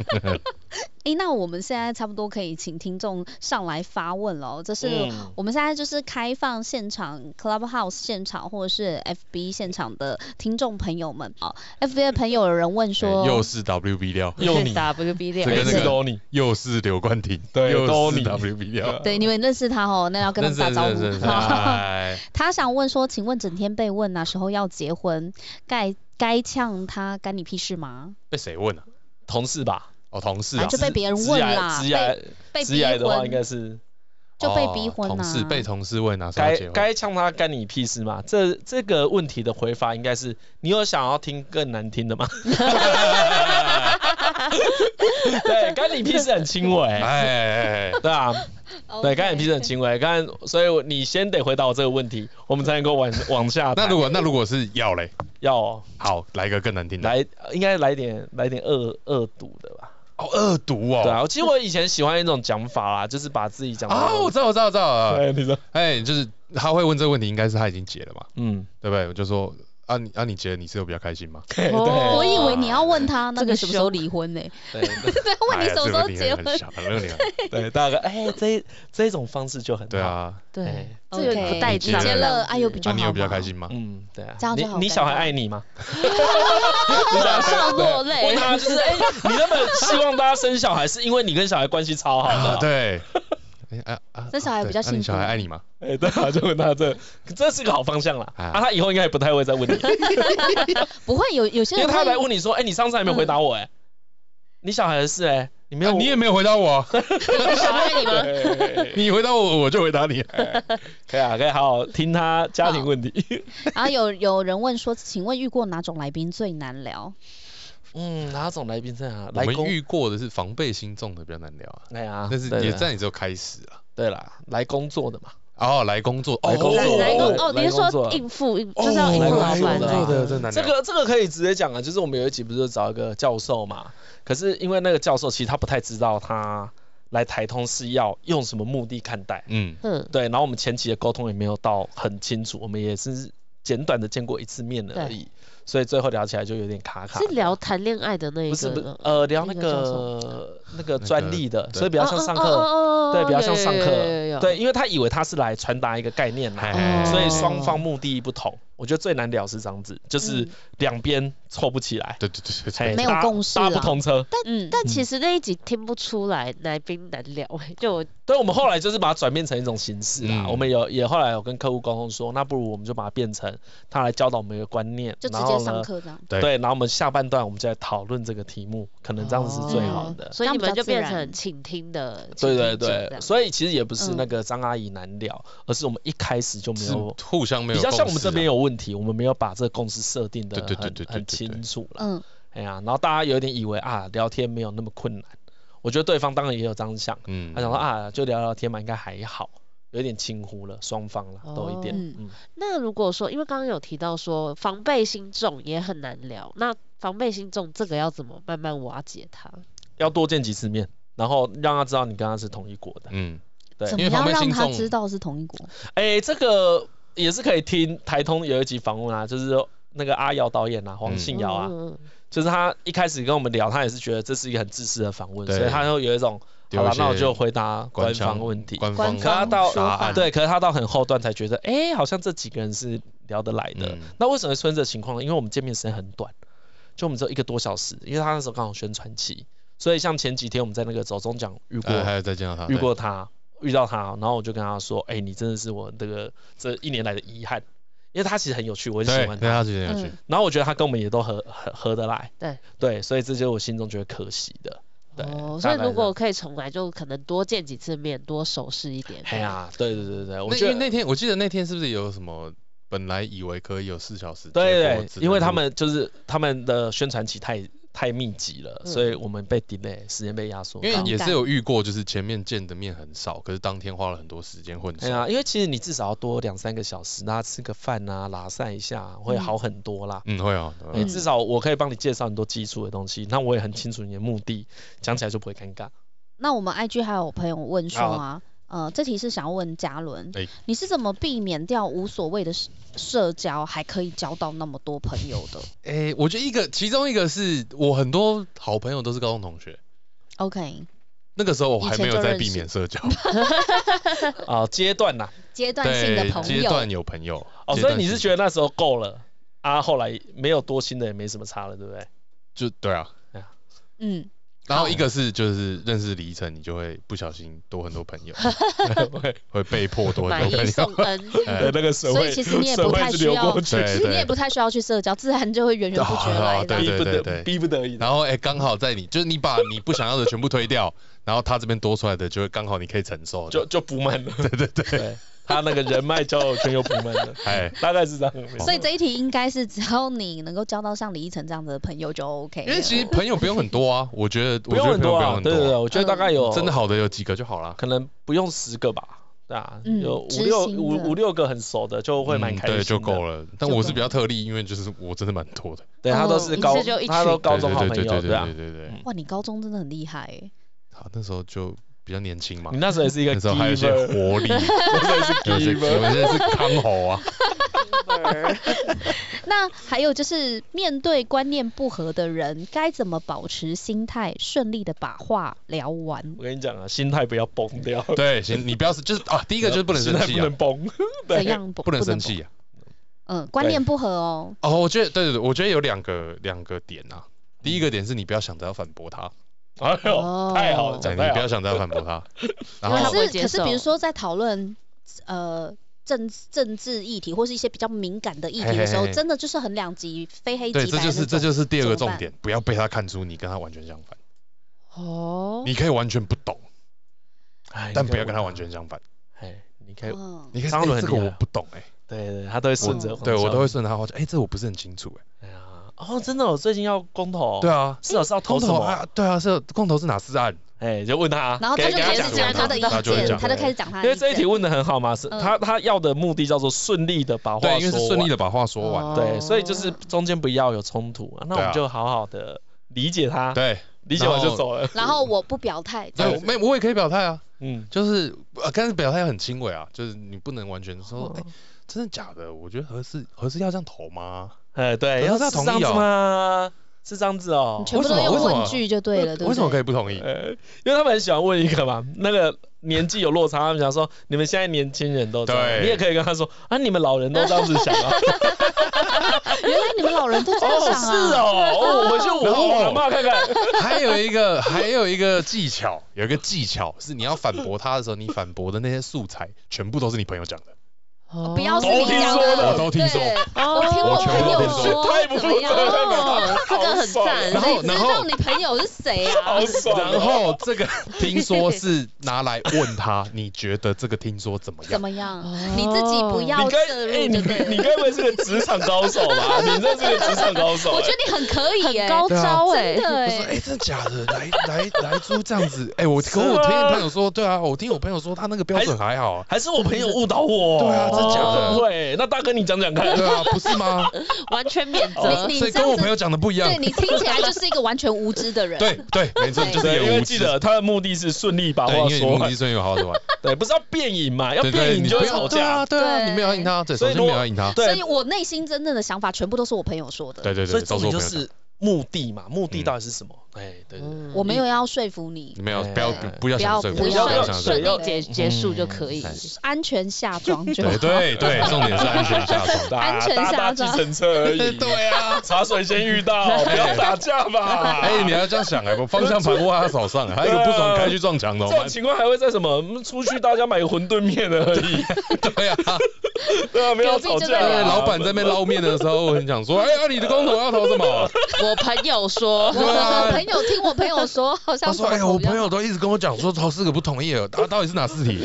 Speaker 4: 哎那我们现在差不多可以请听众上来发问了哦。这是
Speaker 2: 嗯
Speaker 4: 我们现在就是开放现场 Clubhouse 现场或者是 FB 现场的听众朋友们哦。FB 的朋友有人问 说，
Speaker 3: 哎又是 WB 料，
Speaker 2: 情，又你，
Speaker 5: WB
Speaker 2: 每
Speaker 3: 这个
Speaker 5: 恋，
Speaker 3: 那
Speaker 2: 次
Speaker 3: 个
Speaker 2: 都你，
Speaker 3: 又是刘冠廷，
Speaker 2: 对
Speaker 3: 又
Speaker 2: 都
Speaker 3: 是
Speaker 2: 你
Speaker 3: WB 料，
Speaker 4: 对，你们认识他哦， 那要跟他
Speaker 3: 认
Speaker 4: 们
Speaker 3: 识
Speaker 4: 打招
Speaker 3: 认识 认识，
Speaker 4: 呼。
Speaker 3: 哎，
Speaker 4: 他想问说，请问整天被问哪时候要结婚，该该呛他干你屁事吗？
Speaker 3: 被谁问啊？
Speaker 2: 同事吧，
Speaker 3: 哦，同事
Speaker 4: 反
Speaker 3: 啊
Speaker 4: 正，就被别人问啦，
Speaker 2: 直
Speaker 4: 被
Speaker 2: 癌
Speaker 4: 被
Speaker 2: 直癌
Speaker 4: 逼
Speaker 2: 的话
Speaker 4: 婚
Speaker 2: 应该是
Speaker 4: 就被逼婚
Speaker 3: 哦同事
Speaker 4: 啊
Speaker 3: 被同事问啊，说要
Speaker 2: 该
Speaker 3: 结婚
Speaker 2: 该呛他干你屁事嘛？这这个问题的回答应该是你有想要听更难听的 吗？对，干你屁事很轻
Speaker 3: 哎
Speaker 2: 微，
Speaker 3: 哎，哎哎
Speaker 2: 对啊，对，干你屁事很
Speaker 4: OK
Speaker 2: 轻微，刚所以你先得回答我这个问题，我们才能够 往往下谈。
Speaker 3: 那如果那如果是要嘞，
Speaker 2: 要哦
Speaker 3: 好，来个更难听的，
Speaker 2: 来，应该来点来点恶恶毒的吧？
Speaker 3: 哦，恶毒哦，
Speaker 2: 对啊，其实我以前喜欢一种讲法啦，就是把自己讲
Speaker 3: 啊，我
Speaker 2: 的。
Speaker 3: 知道我知道我知道啊，
Speaker 2: 对，你说，
Speaker 3: 哎，就是他会问这个问题，应该是他已经结了嘛，
Speaker 2: 嗯，
Speaker 3: 对不对？我就说啊你啊你结了，你是有比较开心吗？
Speaker 2: 对
Speaker 5: 哦
Speaker 4: 我
Speaker 3: 哎
Speaker 2: 对
Speaker 4: 以为你要问他那
Speaker 5: 这
Speaker 4: 个
Speaker 5: 个
Speaker 4: 什么时候离 婚呢、
Speaker 2: 对
Speaker 4: 对，问
Speaker 3: 哎
Speaker 4: 你
Speaker 3: 呀
Speaker 4: 什么时候结
Speaker 3: 这个问
Speaker 4: 婚？
Speaker 3: 题很小，那个你很
Speaker 2: 对，大概哎，这一这一种方式就很好
Speaker 3: 对，啊，
Speaker 5: 对
Speaker 2: 哎，
Speaker 4: 哦
Speaker 5: 这有点不
Speaker 4: OK，
Speaker 5: 带
Speaker 3: 你
Speaker 5: 劲。
Speaker 3: 结了
Speaker 4: 哎呦比较
Speaker 3: 啊你有比较
Speaker 4: 好嘛
Speaker 3: 开心吗？
Speaker 2: 嗯，对啊，
Speaker 4: 这样就
Speaker 2: 你
Speaker 4: 好
Speaker 2: 你
Speaker 4: 尴
Speaker 2: 小孩
Speaker 4: 尬
Speaker 2: 爱 你吗？
Speaker 5: 马上落
Speaker 2: 问
Speaker 5: 泪。
Speaker 2: 他就是哎，你那么希望大家生小孩，是因为你跟小孩关系超好
Speaker 3: 啊，
Speaker 2: 的，
Speaker 3: 对。哎啊啊！
Speaker 4: 这小孩
Speaker 3: 对
Speaker 4: 比较
Speaker 3: 啊你
Speaker 4: 幸
Speaker 3: 小
Speaker 4: 福
Speaker 3: 孩爱你吗？
Speaker 2: 哎，对啊，就问他这这是个好方向啦。
Speaker 3: 啊
Speaker 2: 啊，他以后应该也不太会再问你，
Speaker 4: 不会有有些
Speaker 2: 因为
Speaker 4: 人
Speaker 2: 他
Speaker 4: 会
Speaker 2: 来问你说，哎，你上次还没回答我， 哎，你小孩的事，哎，你没
Speaker 3: 啊
Speaker 2: 有，
Speaker 3: 你也没有回答我，
Speaker 5: 小爱你吗？
Speaker 2: 对
Speaker 3: 你回答我我就回答你。
Speaker 2: 可以啊，可以好好听他家庭问题。
Speaker 4: 然后有有人问说，请问遇过哪种来宾最难聊？
Speaker 2: 嗯，哪种来宾在啊？
Speaker 3: 我
Speaker 2: 来
Speaker 3: 们
Speaker 2: 公
Speaker 3: 遇过的是防备心重的比较难聊啊，
Speaker 2: 哎呀，
Speaker 3: 但是
Speaker 2: 对
Speaker 3: 也
Speaker 2: 啦
Speaker 3: 这样也只有开始啊。
Speaker 2: 对啦，来工作的嘛，
Speaker 3: 哦，来工作，哦
Speaker 2: 来工作
Speaker 5: 来来工哦，
Speaker 2: 来
Speaker 5: 你是
Speaker 2: 工作哦
Speaker 5: 说应付应就是要应
Speaker 2: 来
Speaker 5: 付
Speaker 2: 工
Speaker 5: 老
Speaker 2: 作
Speaker 5: 板
Speaker 2: 的
Speaker 5: 对
Speaker 2: 啊
Speaker 5: 对
Speaker 3: 真难
Speaker 2: 这个这个可以直接讲啊，就是我们有一集不是找一个教授嘛，可是因为那个教授其实他不太知道他来台通是要用什么目的看待，
Speaker 3: 嗯，
Speaker 5: 嗯，
Speaker 2: 对，然后我们前期的沟通也没有到很清楚，我们也是简短的见过一次面而已，所以最后聊起来就有点卡卡。
Speaker 5: 是聊谈恋爱的那一
Speaker 2: 不是不是
Speaker 5: 个，哦
Speaker 2: 呃聊那
Speaker 5: 那个教
Speaker 2: 个那个
Speaker 3: 那
Speaker 2: 专
Speaker 3: 个
Speaker 2: 利的，
Speaker 3: 对
Speaker 5: 哦
Speaker 2: 所以比较像上课，
Speaker 5: 课
Speaker 2: 对，比较像上课，对，
Speaker 5: 哦有
Speaker 2: 因为他以为他是来传达一个概念啦，
Speaker 5: 哦
Speaker 3: 哎
Speaker 2: 所以双方目的不同。我觉得最难聊是这样子，就是
Speaker 4: 嗯
Speaker 2: 两边凑不起来，
Speaker 3: 对对对对
Speaker 2: 嘿
Speaker 3: 对，
Speaker 4: 没有
Speaker 2: 搭
Speaker 4: 共识
Speaker 2: 搭
Speaker 4: 啦
Speaker 2: 不同车。
Speaker 4: 嗯，
Speaker 5: 但其实那一集听不出来来宾难聊，哎就我
Speaker 2: 对，我们后来就是把它转变成一种形式啦。
Speaker 3: 嗯
Speaker 2: 我们有也后来有跟客户沟通说，那不如我们就把它变成他来教导我们一个观念，
Speaker 4: 就直
Speaker 2: 然
Speaker 4: 接
Speaker 2: 后
Speaker 4: 上
Speaker 2: 呢，
Speaker 4: 课这样。
Speaker 3: 对
Speaker 2: 对，然后我们下半段我们就来讨论这个题目，可能这样子是最好的。
Speaker 5: 嗯
Speaker 4: 嗯
Speaker 5: 所以你们就变
Speaker 4: 这样比
Speaker 5: 成
Speaker 4: 较
Speaker 5: 倾听的，
Speaker 2: 对对
Speaker 5: 倾听者这
Speaker 2: 对，
Speaker 5: 样
Speaker 2: 所以其实也不是
Speaker 4: 嗯
Speaker 2: 那个张阿姨难聊，而是我们一开始就没
Speaker 3: 是
Speaker 2: 有
Speaker 3: 互相没有
Speaker 2: 比
Speaker 3: 共识
Speaker 2: 较像
Speaker 3: 啊，
Speaker 2: 我们这边有问题，我们没有把这个共识设定的
Speaker 3: 对对对
Speaker 2: 很
Speaker 3: 对对
Speaker 2: 很
Speaker 3: 对对
Speaker 2: 清楚了。
Speaker 4: 嗯，
Speaker 2: 哎呀，然后大家有点以为啊，聊天没有那么困难。我觉得对方当然也有这样想，
Speaker 3: 嗯，
Speaker 2: 他想说啊，就聊聊天嘛，应该还好，有点轻忽了，双方了都一点。
Speaker 4: 哦
Speaker 2: 嗯，
Speaker 5: 那如果说，因为刚刚有提到说防备心重也很难聊，那防备心重这个要怎么慢慢瓦解它？
Speaker 2: 要多见几次面，然后让他知道你跟他是同一国的。
Speaker 3: 嗯，
Speaker 2: 对
Speaker 4: 怎么
Speaker 3: 因为旁
Speaker 4: 样
Speaker 3: 边
Speaker 4: 让
Speaker 3: 信
Speaker 4: 他
Speaker 3: 众
Speaker 4: 知道是同一国？
Speaker 2: 哎，这个也是可以听台通有一集访问啊，就是那个阿瑶导演啊，黄信尧啊，
Speaker 5: 嗯，
Speaker 2: 就是他一开始跟我们聊，他也是觉得这是一个很自私的访问，
Speaker 3: 对
Speaker 2: 所以他就有一种，
Speaker 3: 丢
Speaker 2: 好了
Speaker 3: 一，些
Speaker 2: 那我就回答官方
Speaker 3: 官腔
Speaker 2: 问题。
Speaker 3: 官方
Speaker 4: 官
Speaker 2: 可他
Speaker 4: 方
Speaker 2: 到
Speaker 4: 说法
Speaker 2: 对，可是他到很后段才觉得，哎、好像这几个人是聊得来的。
Speaker 3: 嗯
Speaker 2: 那为什么会出现这个情况呢？因为我们见面时间很短，就我们只有一个多小时，因为他那时候刚好宣传期，所以像前几天我们在那个走中奖遇过、
Speaker 3: 哎还有再见到他，
Speaker 2: 遇过他，遇到他，然后我就跟他说，哎、你真的是我这个这一年来的遗憾，因为他其实很有趣，我
Speaker 3: 对，
Speaker 2: 很
Speaker 3: 对，
Speaker 2: 喜
Speaker 3: 对啊
Speaker 2: 欢
Speaker 3: 他之前有去
Speaker 4: 嗯，
Speaker 2: 然后我觉得他跟我们也都合合合得来，
Speaker 5: 对
Speaker 2: 对，所以这就是我心中觉得可惜的。对
Speaker 5: 哦，所
Speaker 2: 大
Speaker 5: 以
Speaker 2: 概
Speaker 5: 如
Speaker 2: 是
Speaker 5: 果可以重来，就可能多见几次面，多熟识一点。
Speaker 2: 哎呀，对对对对，我
Speaker 3: 那
Speaker 2: 觉得
Speaker 3: 因为那天我记得那天是不是有什么本来以为可以有四小时，
Speaker 2: 对
Speaker 3: 结果
Speaker 2: 对
Speaker 3: 只，能
Speaker 2: 因为他
Speaker 3: 录
Speaker 2: 们就是他们的宣传期太太密集了，
Speaker 5: 嗯
Speaker 2: 所以我们被 delay，时间被压缩。
Speaker 3: 因为
Speaker 4: 好
Speaker 3: 也
Speaker 4: 感
Speaker 3: 是有遇过，就是前面见的面很少，可是当天花了很多时间混
Speaker 2: 哎
Speaker 3: 熟。
Speaker 2: 呀，因为其实你至少要多两三个小时，那吃个饭啊，拉散一下，会好很多啦。
Speaker 3: 嗯，会啊，对啊
Speaker 2: 哎，至少我可以帮你介绍很多基础的东西，那我也很清楚你的目的，讲起来就不会尴 尬。
Speaker 4: 那我们 IG 还有朋友问说
Speaker 2: 好
Speaker 4: 啊，呃，这题是想要问嘉伦，
Speaker 3: 哎
Speaker 4: 你是怎么避免掉无所谓的社社交，还可以交到那么多朋友的
Speaker 3: 诶、哎我觉得一个，其中一个是我很多好朋友都是高中同学，
Speaker 4: ？OK，
Speaker 3: 那个时候我还没有在
Speaker 4: 以前就认识
Speaker 3: 避免社交，
Speaker 2: 啊，阶段呐，
Speaker 4: 阶段性的
Speaker 3: 对，
Speaker 4: 朋
Speaker 3: 阶
Speaker 4: 友，
Speaker 3: 段有朋友。
Speaker 2: 哦，
Speaker 3: 阶
Speaker 2: 所以
Speaker 3: 段
Speaker 2: 你是
Speaker 3: 性
Speaker 2: 觉得那时候够了啊？后来没有多新的，也没什么差了，对不 对？
Speaker 3: 就对啊，
Speaker 4: 嗯，
Speaker 3: 然后一个是就是认识李晨，你就会不小心多很多朋 友，会会被迫多
Speaker 5: 买
Speaker 3: 很多
Speaker 5: 一
Speaker 3: 朋友。
Speaker 5: 送恩，
Speaker 3: 哎
Speaker 2: 那个社
Speaker 4: 所以其实你也不太需要，
Speaker 3: 对哦
Speaker 4: 你也不太需要去社交，自然就会源源不绝来 的。
Speaker 3: 对
Speaker 2: 逼不
Speaker 3: 对
Speaker 2: 得
Speaker 3: 对
Speaker 2: 逼不得已。
Speaker 3: 然后哎，刚、好在你就是你把你不想要的全部推掉，然后他这边多出来的就会刚好你可以承受的，
Speaker 2: 就就补满了。对对对，他那个人脉交友圈又补满了，
Speaker 3: 哎，
Speaker 2: 大概是这样。没错
Speaker 4: 所以这一题应该是只要你能够交到像李依晨这样的朋友就 OK 了。
Speaker 3: 因为其实朋友不用很多啊，嗯我觉得
Speaker 2: 不用很多啊，
Speaker 3: 我觉得朋友不
Speaker 2: 对对
Speaker 3: 用很
Speaker 2: 对，
Speaker 3: 多，
Speaker 2: 我觉得大概有
Speaker 3: 真的，好的有几个就好了。
Speaker 2: 可能不用十个吧，对啊，
Speaker 4: 嗯
Speaker 2: 有五
Speaker 4: 知
Speaker 2: 六
Speaker 4: 心
Speaker 2: 五
Speaker 4: 的
Speaker 2: 五六个很熟的就会蛮开心
Speaker 3: 嗯
Speaker 2: 的，
Speaker 3: 对，就够
Speaker 2: 了。
Speaker 3: 了。但我是比较特例，因为就是我真的蛮多的，
Speaker 2: 对他都
Speaker 4: 嗯
Speaker 2: 是
Speaker 5: 一次
Speaker 2: 高
Speaker 5: 就一，
Speaker 2: 他都
Speaker 5: 群
Speaker 2: 高中好
Speaker 3: 对
Speaker 2: 朋
Speaker 3: 对
Speaker 2: 友，
Speaker 3: 对
Speaker 2: 对
Speaker 3: 对
Speaker 2: 啊
Speaker 3: 对。对对
Speaker 2: 嗯
Speaker 3: 对。
Speaker 4: 哇，你高中真的很厉害欸
Speaker 3: 好，那时候就比较年轻嘛
Speaker 2: 你，那时候也是一个
Speaker 3: 那时候还有一些
Speaker 2: giver，
Speaker 3: 活力，有
Speaker 2: 那
Speaker 3: 一
Speaker 2: 时候也是
Speaker 3: 些我
Speaker 2: giver，
Speaker 3: 们现在是康猴啊，
Speaker 4: 那还有就是面对观念不合的人，该怎么保持心态，顺利的把话聊完？
Speaker 2: 我跟你讲啊，心态不要崩掉。
Speaker 3: 对，行，你不要是就是啊，第一个就是不能
Speaker 2: 心
Speaker 3: 生
Speaker 2: 态
Speaker 3: 气
Speaker 2: 不
Speaker 3: 啊
Speaker 2: 能，崩。
Speaker 4: 怎样不
Speaker 3: 不能生
Speaker 4: 崩
Speaker 3: 气啊。
Speaker 4: 嗯，观念不合哦。
Speaker 3: 哦，我觉得对对对，我觉得有两个两个点啊。第一个点是你不要想着要反驳他，
Speaker 2: 哎呦，太好了，
Speaker 5: 哦
Speaker 3: 对，
Speaker 2: 讲
Speaker 3: 你
Speaker 2: 太
Speaker 3: 不
Speaker 2: 好
Speaker 3: 要
Speaker 2: 了。
Speaker 3: 想着要反驳他。然
Speaker 5: 因为
Speaker 4: 可
Speaker 5: 他
Speaker 3: 后
Speaker 5: 不会
Speaker 4: 是
Speaker 5: 接
Speaker 4: 可是，比如
Speaker 5: 受
Speaker 4: 说在讨论呃政政治议题或是一些比较敏感的议题的时候，
Speaker 3: 嘿嘿嘿
Speaker 4: 真的就是很两极，非黑即白
Speaker 3: 对，这就是
Speaker 4: 那
Speaker 3: 这
Speaker 4: 种
Speaker 3: 就是第二个
Speaker 4: 怎么
Speaker 3: 重
Speaker 4: 办
Speaker 3: 点，不要被他看出你跟他完全相反。
Speaker 5: 哦，
Speaker 3: 你可以完全不懂，
Speaker 2: 哎
Speaker 3: 但不要跟他完。全相反。
Speaker 2: 哎，你可以，
Speaker 4: 嗯，
Speaker 3: 啊你看
Speaker 2: 张
Speaker 3: 哎
Speaker 2: 伦很
Speaker 3: 这个
Speaker 2: 厉害
Speaker 3: 我
Speaker 2: 啊
Speaker 3: 不懂哎，
Speaker 2: 对对，他都会顺着
Speaker 4: 我
Speaker 2: 方向。
Speaker 3: 对我都会顺着他话讲，哎，这我不是很清楚哎。
Speaker 2: 哎呀，哦，真的哦，我最近要公投哦。
Speaker 3: 对啊，
Speaker 2: 是啊，是要投
Speaker 3: 公
Speaker 2: 什么？
Speaker 3: 投啊，对啊，是公投是哪四案？
Speaker 2: 哎，就问他啊，
Speaker 4: 然后他
Speaker 2: 给
Speaker 4: 就
Speaker 2: 给
Speaker 4: 开始
Speaker 2: 讲
Speaker 4: 讲
Speaker 2: 完
Speaker 4: 他的
Speaker 2: 了
Speaker 4: 意
Speaker 3: 他就会
Speaker 4: 见，
Speaker 3: 讲
Speaker 4: 他就开始讲他的意见。
Speaker 2: 因为这一题问的很好嘛，是
Speaker 4: 啊嗯
Speaker 2: 他他要的目的叫做顺利的把话说
Speaker 3: 对，
Speaker 2: 完，
Speaker 3: 因为是顺利的把话说
Speaker 4: 啊
Speaker 3: 完。
Speaker 2: 对，
Speaker 5: 哦
Speaker 2: 所以就是中间不要有冲突啊，那我
Speaker 3: 对
Speaker 2: 们
Speaker 3: 啊
Speaker 2: 就好好的理解他，
Speaker 3: 对，
Speaker 2: 理解完
Speaker 3: 然
Speaker 2: 就
Speaker 3: 后
Speaker 2: 走了，
Speaker 4: 然后我不表态，这
Speaker 3: 对，我
Speaker 4: 样
Speaker 3: 没我也可以表态啊，
Speaker 2: 嗯，
Speaker 3: 就是呃，但是表态很轻微啊，就是你不能完全说，
Speaker 4: 哦
Speaker 3: 哎，真的假的？我觉得合适合适要这样投吗？
Speaker 2: 哎对，
Speaker 3: 可是
Speaker 2: 要
Speaker 3: 他
Speaker 2: 是
Speaker 3: 同
Speaker 2: 这样
Speaker 3: 意
Speaker 2: 子
Speaker 3: 哦
Speaker 2: 吗？是这样子哦
Speaker 4: 你，全部都
Speaker 3: 为什
Speaker 4: 用
Speaker 3: 么为什
Speaker 4: 问
Speaker 3: 么
Speaker 4: 句就对了，对不对？
Speaker 3: 为什么可以不同意？
Speaker 2: 呃，因为他们很喜欢问一个嘛，那个年纪有落差，他们想说你们现在年轻人都这样，
Speaker 3: 对
Speaker 2: 你也可以跟他说啊，你们老人都这样子想啊，
Speaker 4: 原来你们老人都这样
Speaker 2: 哦
Speaker 4: 想
Speaker 2: 是
Speaker 4: 啊！
Speaker 2: 哦，哦我回去我问我阿妈看 看，
Speaker 3: 还有一个，还有一个技巧，有一个技巧是你要反驳他的时候，你反驳的那些素材全部都是你朋友讲的。
Speaker 5: 哦
Speaker 4: 不要是你讲
Speaker 3: 我都听说
Speaker 4: 对
Speaker 5: 哦
Speaker 4: 我听我
Speaker 3: 我全部
Speaker 4: 朋
Speaker 3: 都
Speaker 4: 友
Speaker 3: 听说
Speaker 4: 说，
Speaker 2: 太不
Speaker 4: 怎
Speaker 2: 负
Speaker 4: 么
Speaker 2: 责任
Speaker 4: 样？
Speaker 2: 了
Speaker 5: 哦，，这个很
Speaker 2: 好爽
Speaker 5: 赞。
Speaker 3: 然后
Speaker 4: 谁知道你朋友是谁 啊？
Speaker 2: 好爽哦，
Speaker 3: 然后这个听说是拿来问他，你觉得这个听说怎么
Speaker 4: 怎
Speaker 3: 样？
Speaker 4: 么样
Speaker 5: 哦？
Speaker 4: 你自己不要
Speaker 2: 你该
Speaker 4: 摄
Speaker 2: 哎
Speaker 4: 入，
Speaker 2: 你
Speaker 4: 对不对？
Speaker 2: 你该不会是个职场高手 吧？你这是个职场高手、
Speaker 4: 我觉
Speaker 2: 哎
Speaker 4: 得你很可以耶，
Speaker 5: 很高招哎、
Speaker 4: 真的
Speaker 3: 我说，
Speaker 4: 哎。
Speaker 3: 哎，真的假的？来来 来猪这样子？哎，我可
Speaker 2: 是
Speaker 3: 我
Speaker 2: 吗
Speaker 3: 听朋友说，对啊，我听我朋友说他那个标准还好啊。
Speaker 2: 还是我朋友误导我。
Speaker 3: 对啊真
Speaker 5: 假的
Speaker 2: 哦对，那大哥你讲讲看。
Speaker 3: 对啊，不是吗？
Speaker 5: 完全免责
Speaker 4: 你。你
Speaker 3: 所以
Speaker 4: 这样
Speaker 3: 跟我
Speaker 4: 子
Speaker 3: 朋友讲的不一样
Speaker 4: 对。你听起来就是一个完全无知的 人。
Speaker 3: 对 对，没错，就是
Speaker 2: 对，因
Speaker 3: 有
Speaker 2: 为
Speaker 3: 无
Speaker 2: 记
Speaker 3: 知。
Speaker 2: 得他的目的是顺利把
Speaker 3: 对，因
Speaker 2: 话
Speaker 3: 为你
Speaker 2: 说
Speaker 3: 目的
Speaker 2: 完，
Speaker 3: 是有好好的玩。
Speaker 2: 对，不是要辩赢嘛，要
Speaker 3: 对对，
Speaker 2: 辩赢
Speaker 3: 你
Speaker 2: 就
Speaker 3: 不
Speaker 2: 会
Speaker 3: 要
Speaker 2: 吵
Speaker 3: 对啊
Speaker 2: 架，
Speaker 3: 对啊，你没有要
Speaker 4: 对
Speaker 3: 赢他，对，
Speaker 2: 所
Speaker 3: 首
Speaker 2: 以
Speaker 3: 先
Speaker 2: 如
Speaker 3: 没
Speaker 2: 果
Speaker 3: 有要赢他。
Speaker 4: 啊所
Speaker 2: 对
Speaker 4: 以我内心真正的想法全部都是我朋友说的。
Speaker 3: 对对
Speaker 2: 所
Speaker 3: 对，
Speaker 2: 以
Speaker 3: 到
Speaker 2: 重
Speaker 3: 时候
Speaker 2: 点就
Speaker 3: 朋友讲
Speaker 2: 是目的嘛，目的到底是什么？哎，对对对，
Speaker 5: 嗯
Speaker 4: 我没有要说服你
Speaker 3: 你，没有
Speaker 2: 哎
Speaker 3: 不要
Speaker 2: 对
Speaker 3: 不要
Speaker 4: 不
Speaker 3: 想
Speaker 4: 要
Speaker 3: 睡，
Speaker 4: 不
Speaker 5: 不
Speaker 3: 不
Speaker 2: 要
Speaker 5: 要
Speaker 3: 想
Speaker 5: 顺
Speaker 3: 睡
Speaker 2: 对。
Speaker 5: 利
Speaker 4: 要
Speaker 5: 结结束就可以。
Speaker 4: 安全下装就好
Speaker 3: 对。对对，重点是安全下 床。
Speaker 2: 打
Speaker 4: 安全
Speaker 2: 打
Speaker 4: 下
Speaker 2: 打计
Speaker 4: 装
Speaker 2: 程车而已，
Speaker 3: 对啊，
Speaker 2: 茶水间遇到，不要打架吧。
Speaker 3: 哎，你要这样想哎，我方向盘握在他手上，还有一个不爽开去撞墙的
Speaker 2: 这
Speaker 3: 哦，
Speaker 2: 种情况还会在什么？嗯出去大家买个馄饨面而 已，
Speaker 3: 对啊，
Speaker 2: 对啊，没有
Speaker 4: 给自己
Speaker 2: 吵
Speaker 4: 真
Speaker 2: 架
Speaker 4: 的
Speaker 2: 啊。
Speaker 3: 对，老板在那边捞面的时候，我很想说，哎，啊你的工头要投什么？
Speaker 5: 我朋友说，
Speaker 3: 对啊
Speaker 4: 我朋有听我朋友说，好像
Speaker 3: 他说：“哎、
Speaker 4: 什么
Speaker 3: 我
Speaker 4: 比较
Speaker 3: 朋友都一直跟我讲说，头四个不同意了，他到底是哪四 题？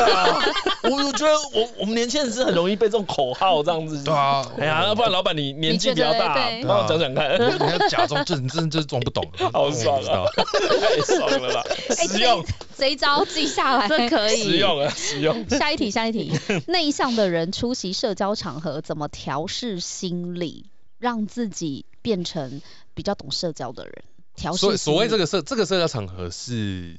Speaker 2: 我我觉得我我们年轻人是很容易被这种口号这样子。
Speaker 3: 对啊，
Speaker 2: 哎呀，要不然老板你年纪比较大，
Speaker 4: 你觉得嘞对
Speaker 2: 帮我讲讲看，
Speaker 3: 你要假装这你真的就是装不懂，
Speaker 2: 好爽啊
Speaker 3: 我不知道！
Speaker 2: 太爽了啦，
Speaker 4: 哎
Speaker 2: 实
Speaker 4: 这
Speaker 2: 用
Speaker 4: 一这一招记下来，
Speaker 5: 这可
Speaker 2: 实
Speaker 5: 以。
Speaker 2: 用啊，实用。
Speaker 4: 下一题，下 一题。内向的人出席社交场合，怎么调试心理，让自己变成比较懂社交的人？调试
Speaker 3: 所以
Speaker 4: 心
Speaker 3: 所
Speaker 4: 理
Speaker 3: 谓这个社这个社交场合是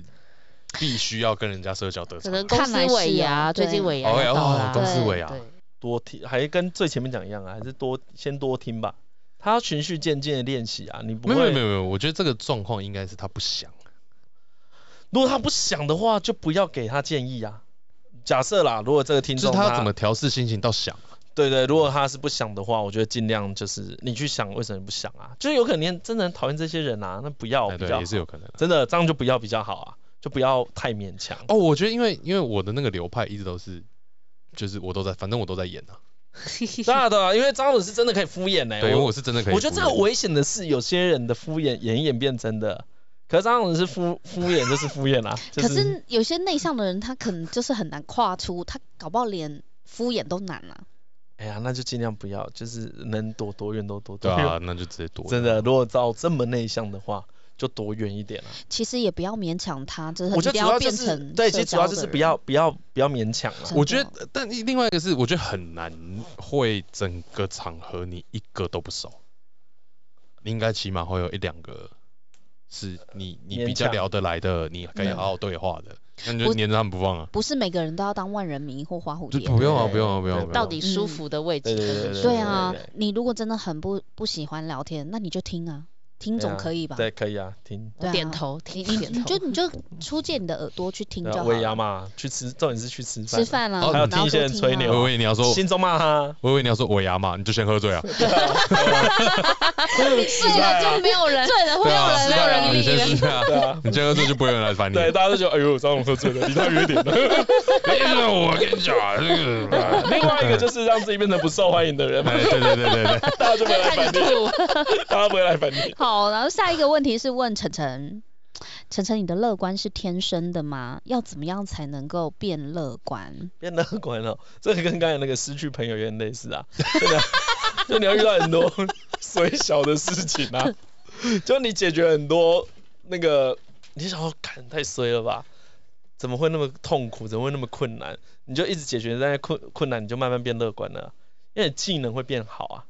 Speaker 3: 必须要跟人家社交的
Speaker 5: 可
Speaker 3: 场合，
Speaker 5: 能公
Speaker 4: 看
Speaker 5: 司
Speaker 4: 来是
Speaker 5: 尾牙，
Speaker 4: 啊
Speaker 5: 最
Speaker 4: 对
Speaker 5: 近尾牙
Speaker 3: 哦
Speaker 5: 要到
Speaker 3: 哦，
Speaker 5: 啦
Speaker 3: 公司
Speaker 4: 对
Speaker 3: 尾牙
Speaker 5: 对
Speaker 2: 多听，还跟最前面讲一样啊，还是多先多听吧。他要循序渐进的练习啊，你不
Speaker 3: 没
Speaker 2: 会。
Speaker 3: 有没有没有没有，我觉得这个状况应该是他不想。
Speaker 2: 如果他不想的话，就不要给他建议啊。假设啦，如果这个听
Speaker 3: 就是
Speaker 2: 众
Speaker 3: 他要怎么调试心情到想，
Speaker 2: 对对，如果他是不想的话，我觉得尽量就是你去想为什么不想啊，就是有可能你真的很讨厌这些人啊，那不要
Speaker 3: 哎
Speaker 2: 比
Speaker 3: 对
Speaker 2: 较，好
Speaker 3: 也是有可能的。
Speaker 2: 真的这样就不要比较好啊，就不要太勉强。
Speaker 3: 哦，我觉得因为因为我的那个流派一直都是，就是我都在，反正我都在演啊。
Speaker 2: 对啊对啊，因为张老师真的可以敷衍呢、
Speaker 3: 对，因为我是真的可以敷衍。
Speaker 2: 哎我觉得这个危险的是有些人的敷衍演一演变真的，可是张老师敷敷衍就是敷衍啊， 就
Speaker 4: 可是有些内向的人，他可能就是很难跨出，他搞不好连敷衍都难啊。
Speaker 2: 哎呀，那就尽量不要，就是能躲多远都躲
Speaker 3: 对
Speaker 2: 多远。
Speaker 3: 啊，那就直接躲。
Speaker 2: 真的，如果照这么内向的话，就躲远一点啊。
Speaker 4: 其实也不要勉强他，就是
Speaker 2: 我觉得
Speaker 4: 一定
Speaker 2: 主要就
Speaker 4: 变
Speaker 2: 是
Speaker 4: 成
Speaker 2: 对，
Speaker 4: 社
Speaker 2: 其实主
Speaker 4: 交
Speaker 2: 要就是
Speaker 4: 的
Speaker 2: 不
Speaker 4: 人
Speaker 2: 要不要不要勉强啊了。
Speaker 4: 真
Speaker 3: 我
Speaker 4: 的
Speaker 3: 觉得，但另外一个是，我觉得很难会整个场合你一个都不熟，你应该起码会有一两个是你你
Speaker 2: 勉
Speaker 3: 比较
Speaker 2: 强嗯
Speaker 3: 聊得来的，你可以好好对话的，那你就
Speaker 4: 我
Speaker 3: 黏着他们不放啊。
Speaker 4: 不是每个人都要当万人迷或花蝴
Speaker 3: 就
Speaker 4: 蝶。
Speaker 3: 不用啊，
Speaker 2: 对
Speaker 3: 不用啊，不用啊。
Speaker 2: 对
Speaker 3: 不用啊
Speaker 5: 到底舒
Speaker 4: 嗯
Speaker 5: 服的位置
Speaker 2: 对对
Speaker 5: 跟
Speaker 2: 对
Speaker 5: 你
Speaker 2: 对
Speaker 5: 说
Speaker 4: 对啊
Speaker 2: 对对，
Speaker 4: 你如果真的很不不喜欢聊天，那你就听啊，听
Speaker 2: 对
Speaker 4: 总
Speaker 2: 啊
Speaker 4: 可以吧？
Speaker 2: 对，可以啊，听。
Speaker 4: 对啊
Speaker 5: 点头，听
Speaker 4: 你
Speaker 5: 点
Speaker 4: 你就
Speaker 5: 头。
Speaker 4: 你就出借你的耳朵去听
Speaker 2: 对
Speaker 4: 就
Speaker 2: 啊
Speaker 4: 好
Speaker 2: 尾牙
Speaker 4: 了，
Speaker 2: 嘛，去吃，重点是去吃饭。
Speaker 4: 吃。饭啊，
Speaker 3: 哦还
Speaker 2: 有
Speaker 4: 然后
Speaker 2: 听一些
Speaker 4: 多
Speaker 2: 人
Speaker 4: 听
Speaker 2: 吹
Speaker 4: 啊
Speaker 2: 牛
Speaker 3: 我以为你要说，
Speaker 2: 心中骂 他，
Speaker 3: 我以为你要说尾牙嘛，你就先喝醉啊。
Speaker 4: 醉了就没有人，醉了
Speaker 3: 对啊，
Speaker 2: 没有人
Speaker 3: 对啊
Speaker 2: 理
Speaker 3: 你先
Speaker 5: 你
Speaker 3: 是啊，
Speaker 2: 对啊，
Speaker 3: 你先喝醉就不会有人来烦你。
Speaker 2: 对，大家都觉得哎呦，张龙喝醉了，离他远一点。
Speaker 3: 那哎我跟你讲啊，这个，
Speaker 2: 另外一个就是让自己变成不受欢迎的人，
Speaker 3: 哎，对对对对对，
Speaker 2: 大家就不会来
Speaker 5: 开
Speaker 2: 烦
Speaker 5: 始
Speaker 2: 你，
Speaker 5: 吐，
Speaker 2: 大家不会来烦你。
Speaker 4: 好，然后下一个问题是问晨晨，晨晨，你的乐观是天生的吗？要怎么样才能够变乐观？
Speaker 2: 变乐观了， 这个跟刚才那个失去朋友有点类似啊， 真的，就你要遇到很多虽小的事情啊， 就你解决很多那个，你想要看太衰了吧？怎么会那么痛苦？怎么会那么困难？你就一直解决那些困困难，你就慢慢变乐观了，因为你技能会变好啊。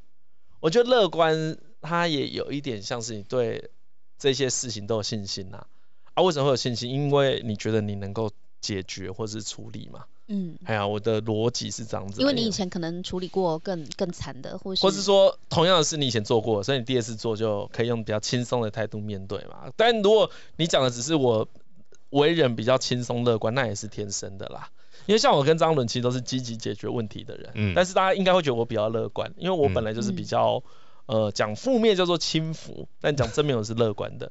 Speaker 2: 我觉得乐观它也有一点像是你对这些事情都有信心呐、啊。啊，为什么会有信心？因为你觉得你能够解决或是处理嘛。
Speaker 4: 嗯，
Speaker 2: 哎呀，我的逻辑是这样子的，
Speaker 4: 因为你以前可能处理过更更惨的，或是
Speaker 2: 或是说同样的事你以前做过，所以你第二次做就可以用比较轻松的态度面对嘛。但如果你讲的只是我为人比较轻松乐观，那也是天生的啦。因为像我跟张伦其实都是积极解决问题的人，
Speaker 3: 嗯
Speaker 2: 但是大家应该会觉得我比较乐观，因为我本来
Speaker 4: 嗯
Speaker 2: 就是比较、呃讲负面叫做轻浮，但讲正面我是乐观的，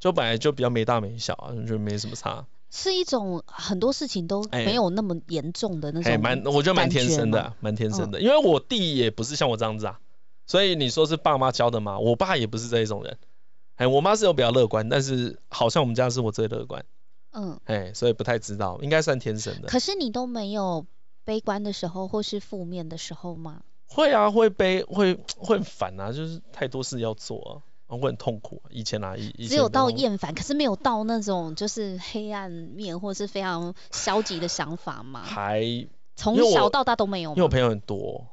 Speaker 2: 就本来就比较没大没小啊，就没什么差，
Speaker 4: 是一种很多事情都
Speaker 2: 哎
Speaker 4: 没有那么严重的那
Speaker 2: 哎，
Speaker 4: 种，
Speaker 2: 蛮我觉得蛮天生的啊，蛮天
Speaker 4: 嗯
Speaker 2: 生的，因为我弟也不是像我这样子啊，所以你说是爸妈教的嘛，我爸也不是这一种人，哎，我妈是有比较乐观，但是好像我们家是我最乐观，
Speaker 4: 嗯，
Speaker 2: 哎，所以不太知道，应该算天生的。
Speaker 4: 可是你都没有悲观的时候或是负面的时候吗？
Speaker 2: 会啊，会悲，会会很烦啊，就是太多事要做啊，会很痛苦、啊。以前啊，以以前
Speaker 4: 只有到
Speaker 2: 那种
Speaker 4: 厌烦，可是没有到那种就是黑暗面或是非常消极的想法嘛。
Speaker 2: 还
Speaker 4: 从
Speaker 2: 因为我
Speaker 4: 小到大都没有
Speaker 2: 因为我
Speaker 4: 吗。
Speaker 2: 朋友很多，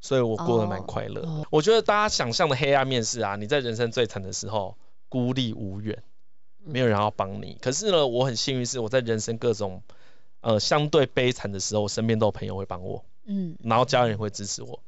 Speaker 2: 所以我过得蛮
Speaker 4: 哦
Speaker 2: 快乐的。我觉得大家想象的黑暗面是啊，你在人生最惨的时候孤立无援，没有人要帮你。可是呢，我很幸运是我在人生各种呃相对悲惨的时候，我身边都有朋友会帮我，
Speaker 4: 嗯，
Speaker 2: 然后家人也会支持我。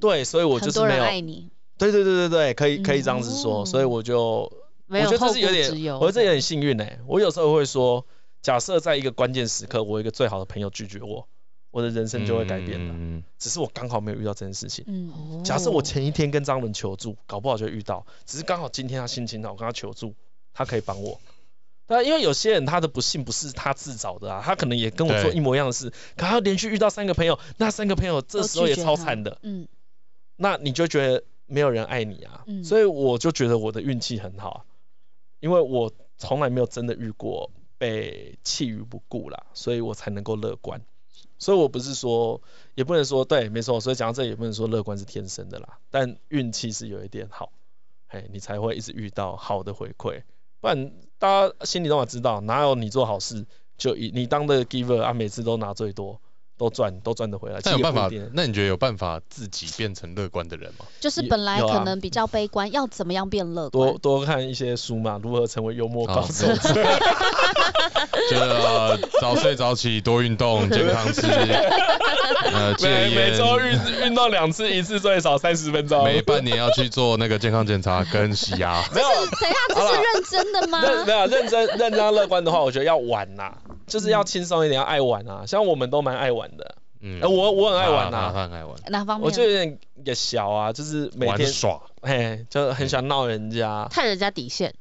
Speaker 2: 对，所以我就
Speaker 4: 很
Speaker 2: 是
Speaker 4: 多
Speaker 2: 没
Speaker 4: 人
Speaker 2: 有，
Speaker 4: 爱你。
Speaker 2: 对对对对对，可以可以这样子说，
Speaker 4: 嗯
Speaker 2: 所以我就
Speaker 5: 没
Speaker 2: 我觉
Speaker 5: 有
Speaker 2: 得这
Speaker 5: 后
Speaker 2: 是
Speaker 5: 顾
Speaker 2: 有
Speaker 5: 之
Speaker 2: 点，
Speaker 5: 忧。
Speaker 2: 我觉得这有点幸运哎、我有时候会说，假设在一个关键时刻，我有一个最好的朋友拒绝我，我的人生就会改变了。
Speaker 3: 嗯
Speaker 2: 只是我刚好没有遇到这件事情。
Speaker 4: 嗯，
Speaker 2: 假设我
Speaker 5: 哦
Speaker 2: 前一天跟张伦求助，搞不好就会遇到，只是刚好今天他心情好，我跟他求助，他可以帮我。啊但因为有些人他的不幸不是他自找的啊，他可能也跟我做
Speaker 3: 对
Speaker 2: 一模一样的事，可他连续遇到三个朋友，那三个朋友这
Speaker 4: 都
Speaker 2: 时候
Speaker 4: 拒
Speaker 2: 也
Speaker 4: 绝
Speaker 2: 超
Speaker 4: 他
Speaker 2: 惨的，
Speaker 4: 嗯，
Speaker 2: 那你就觉得没有人爱你啊。
Speaker 4: 嗯
Speaker 2: 所以我就觉得我的运气很好啊、因为我从来没有真的遇过被弃于不顾啦，所以我才能够乐观。所以我不是说，也不能说对，没错。所以讲到这里，也不能说乐观是天生的啦，但运气是有一点好，哎，你才会一直遇到好的回馈。不然大家心里都嘛知道，哪有你做好事就以你当的 giver 啊，每次都拿最多，都赚都赚得回来。
Speaker 3: 那有
Speaker 2: 其实也
Speaker 3: 办
Speaker 2: 啊不
Speaker 3: 法
Speaker 2: 一定？
Speaker 3: 那你觉得有办法自己变成乐观的人吗？
Speaker 4: 就是
Speaker 2: 有
Speaker 4: 本来
Speaker 2: 有啊
Speaker 4: 可能比较悲观，要怎么样变乐观
Speaker 2: 多？多看一些书嘛，如何成为幽默高
Speaker 3: 好
Speaker 2: 手。
Speaker 3: 啊 就是呃早睡早起，多运 动，健康吃，呃，戒
Speaker 2: 每每周
Speaker 3: 烟，
Speaker 2: 运运动两次，一次最少三十分钟。
Speaker 3: 每半年要去做那个健康检查跟洗牙。
Speaker 2: 没有
Speaker 4: 等一下，这是认啊真的吗？
Speaker 2: 认没有啊认真认真乐观的话，我觉得要玩呐、就是要轻松一点，要爱玩
Speaker 4: 嗯
Speaker 2: 啊。像我们都蛮爱玩的，
Speaker 3: 嗯
Speaker 2: 呃我我很爱玩
Speaker 3: 他他
Speaker 2: 啊，
Speaker 3: 很爱玩，
Speaker 4: 哪方面？
Speaker 2: 我就有点也小啊，就是每
Speaker 3: 玩
Speaker 2: 天
Speaker 3: 耍。
Speaker 2: 嘿就很想闹人家
Speaker 5: 探人家底线，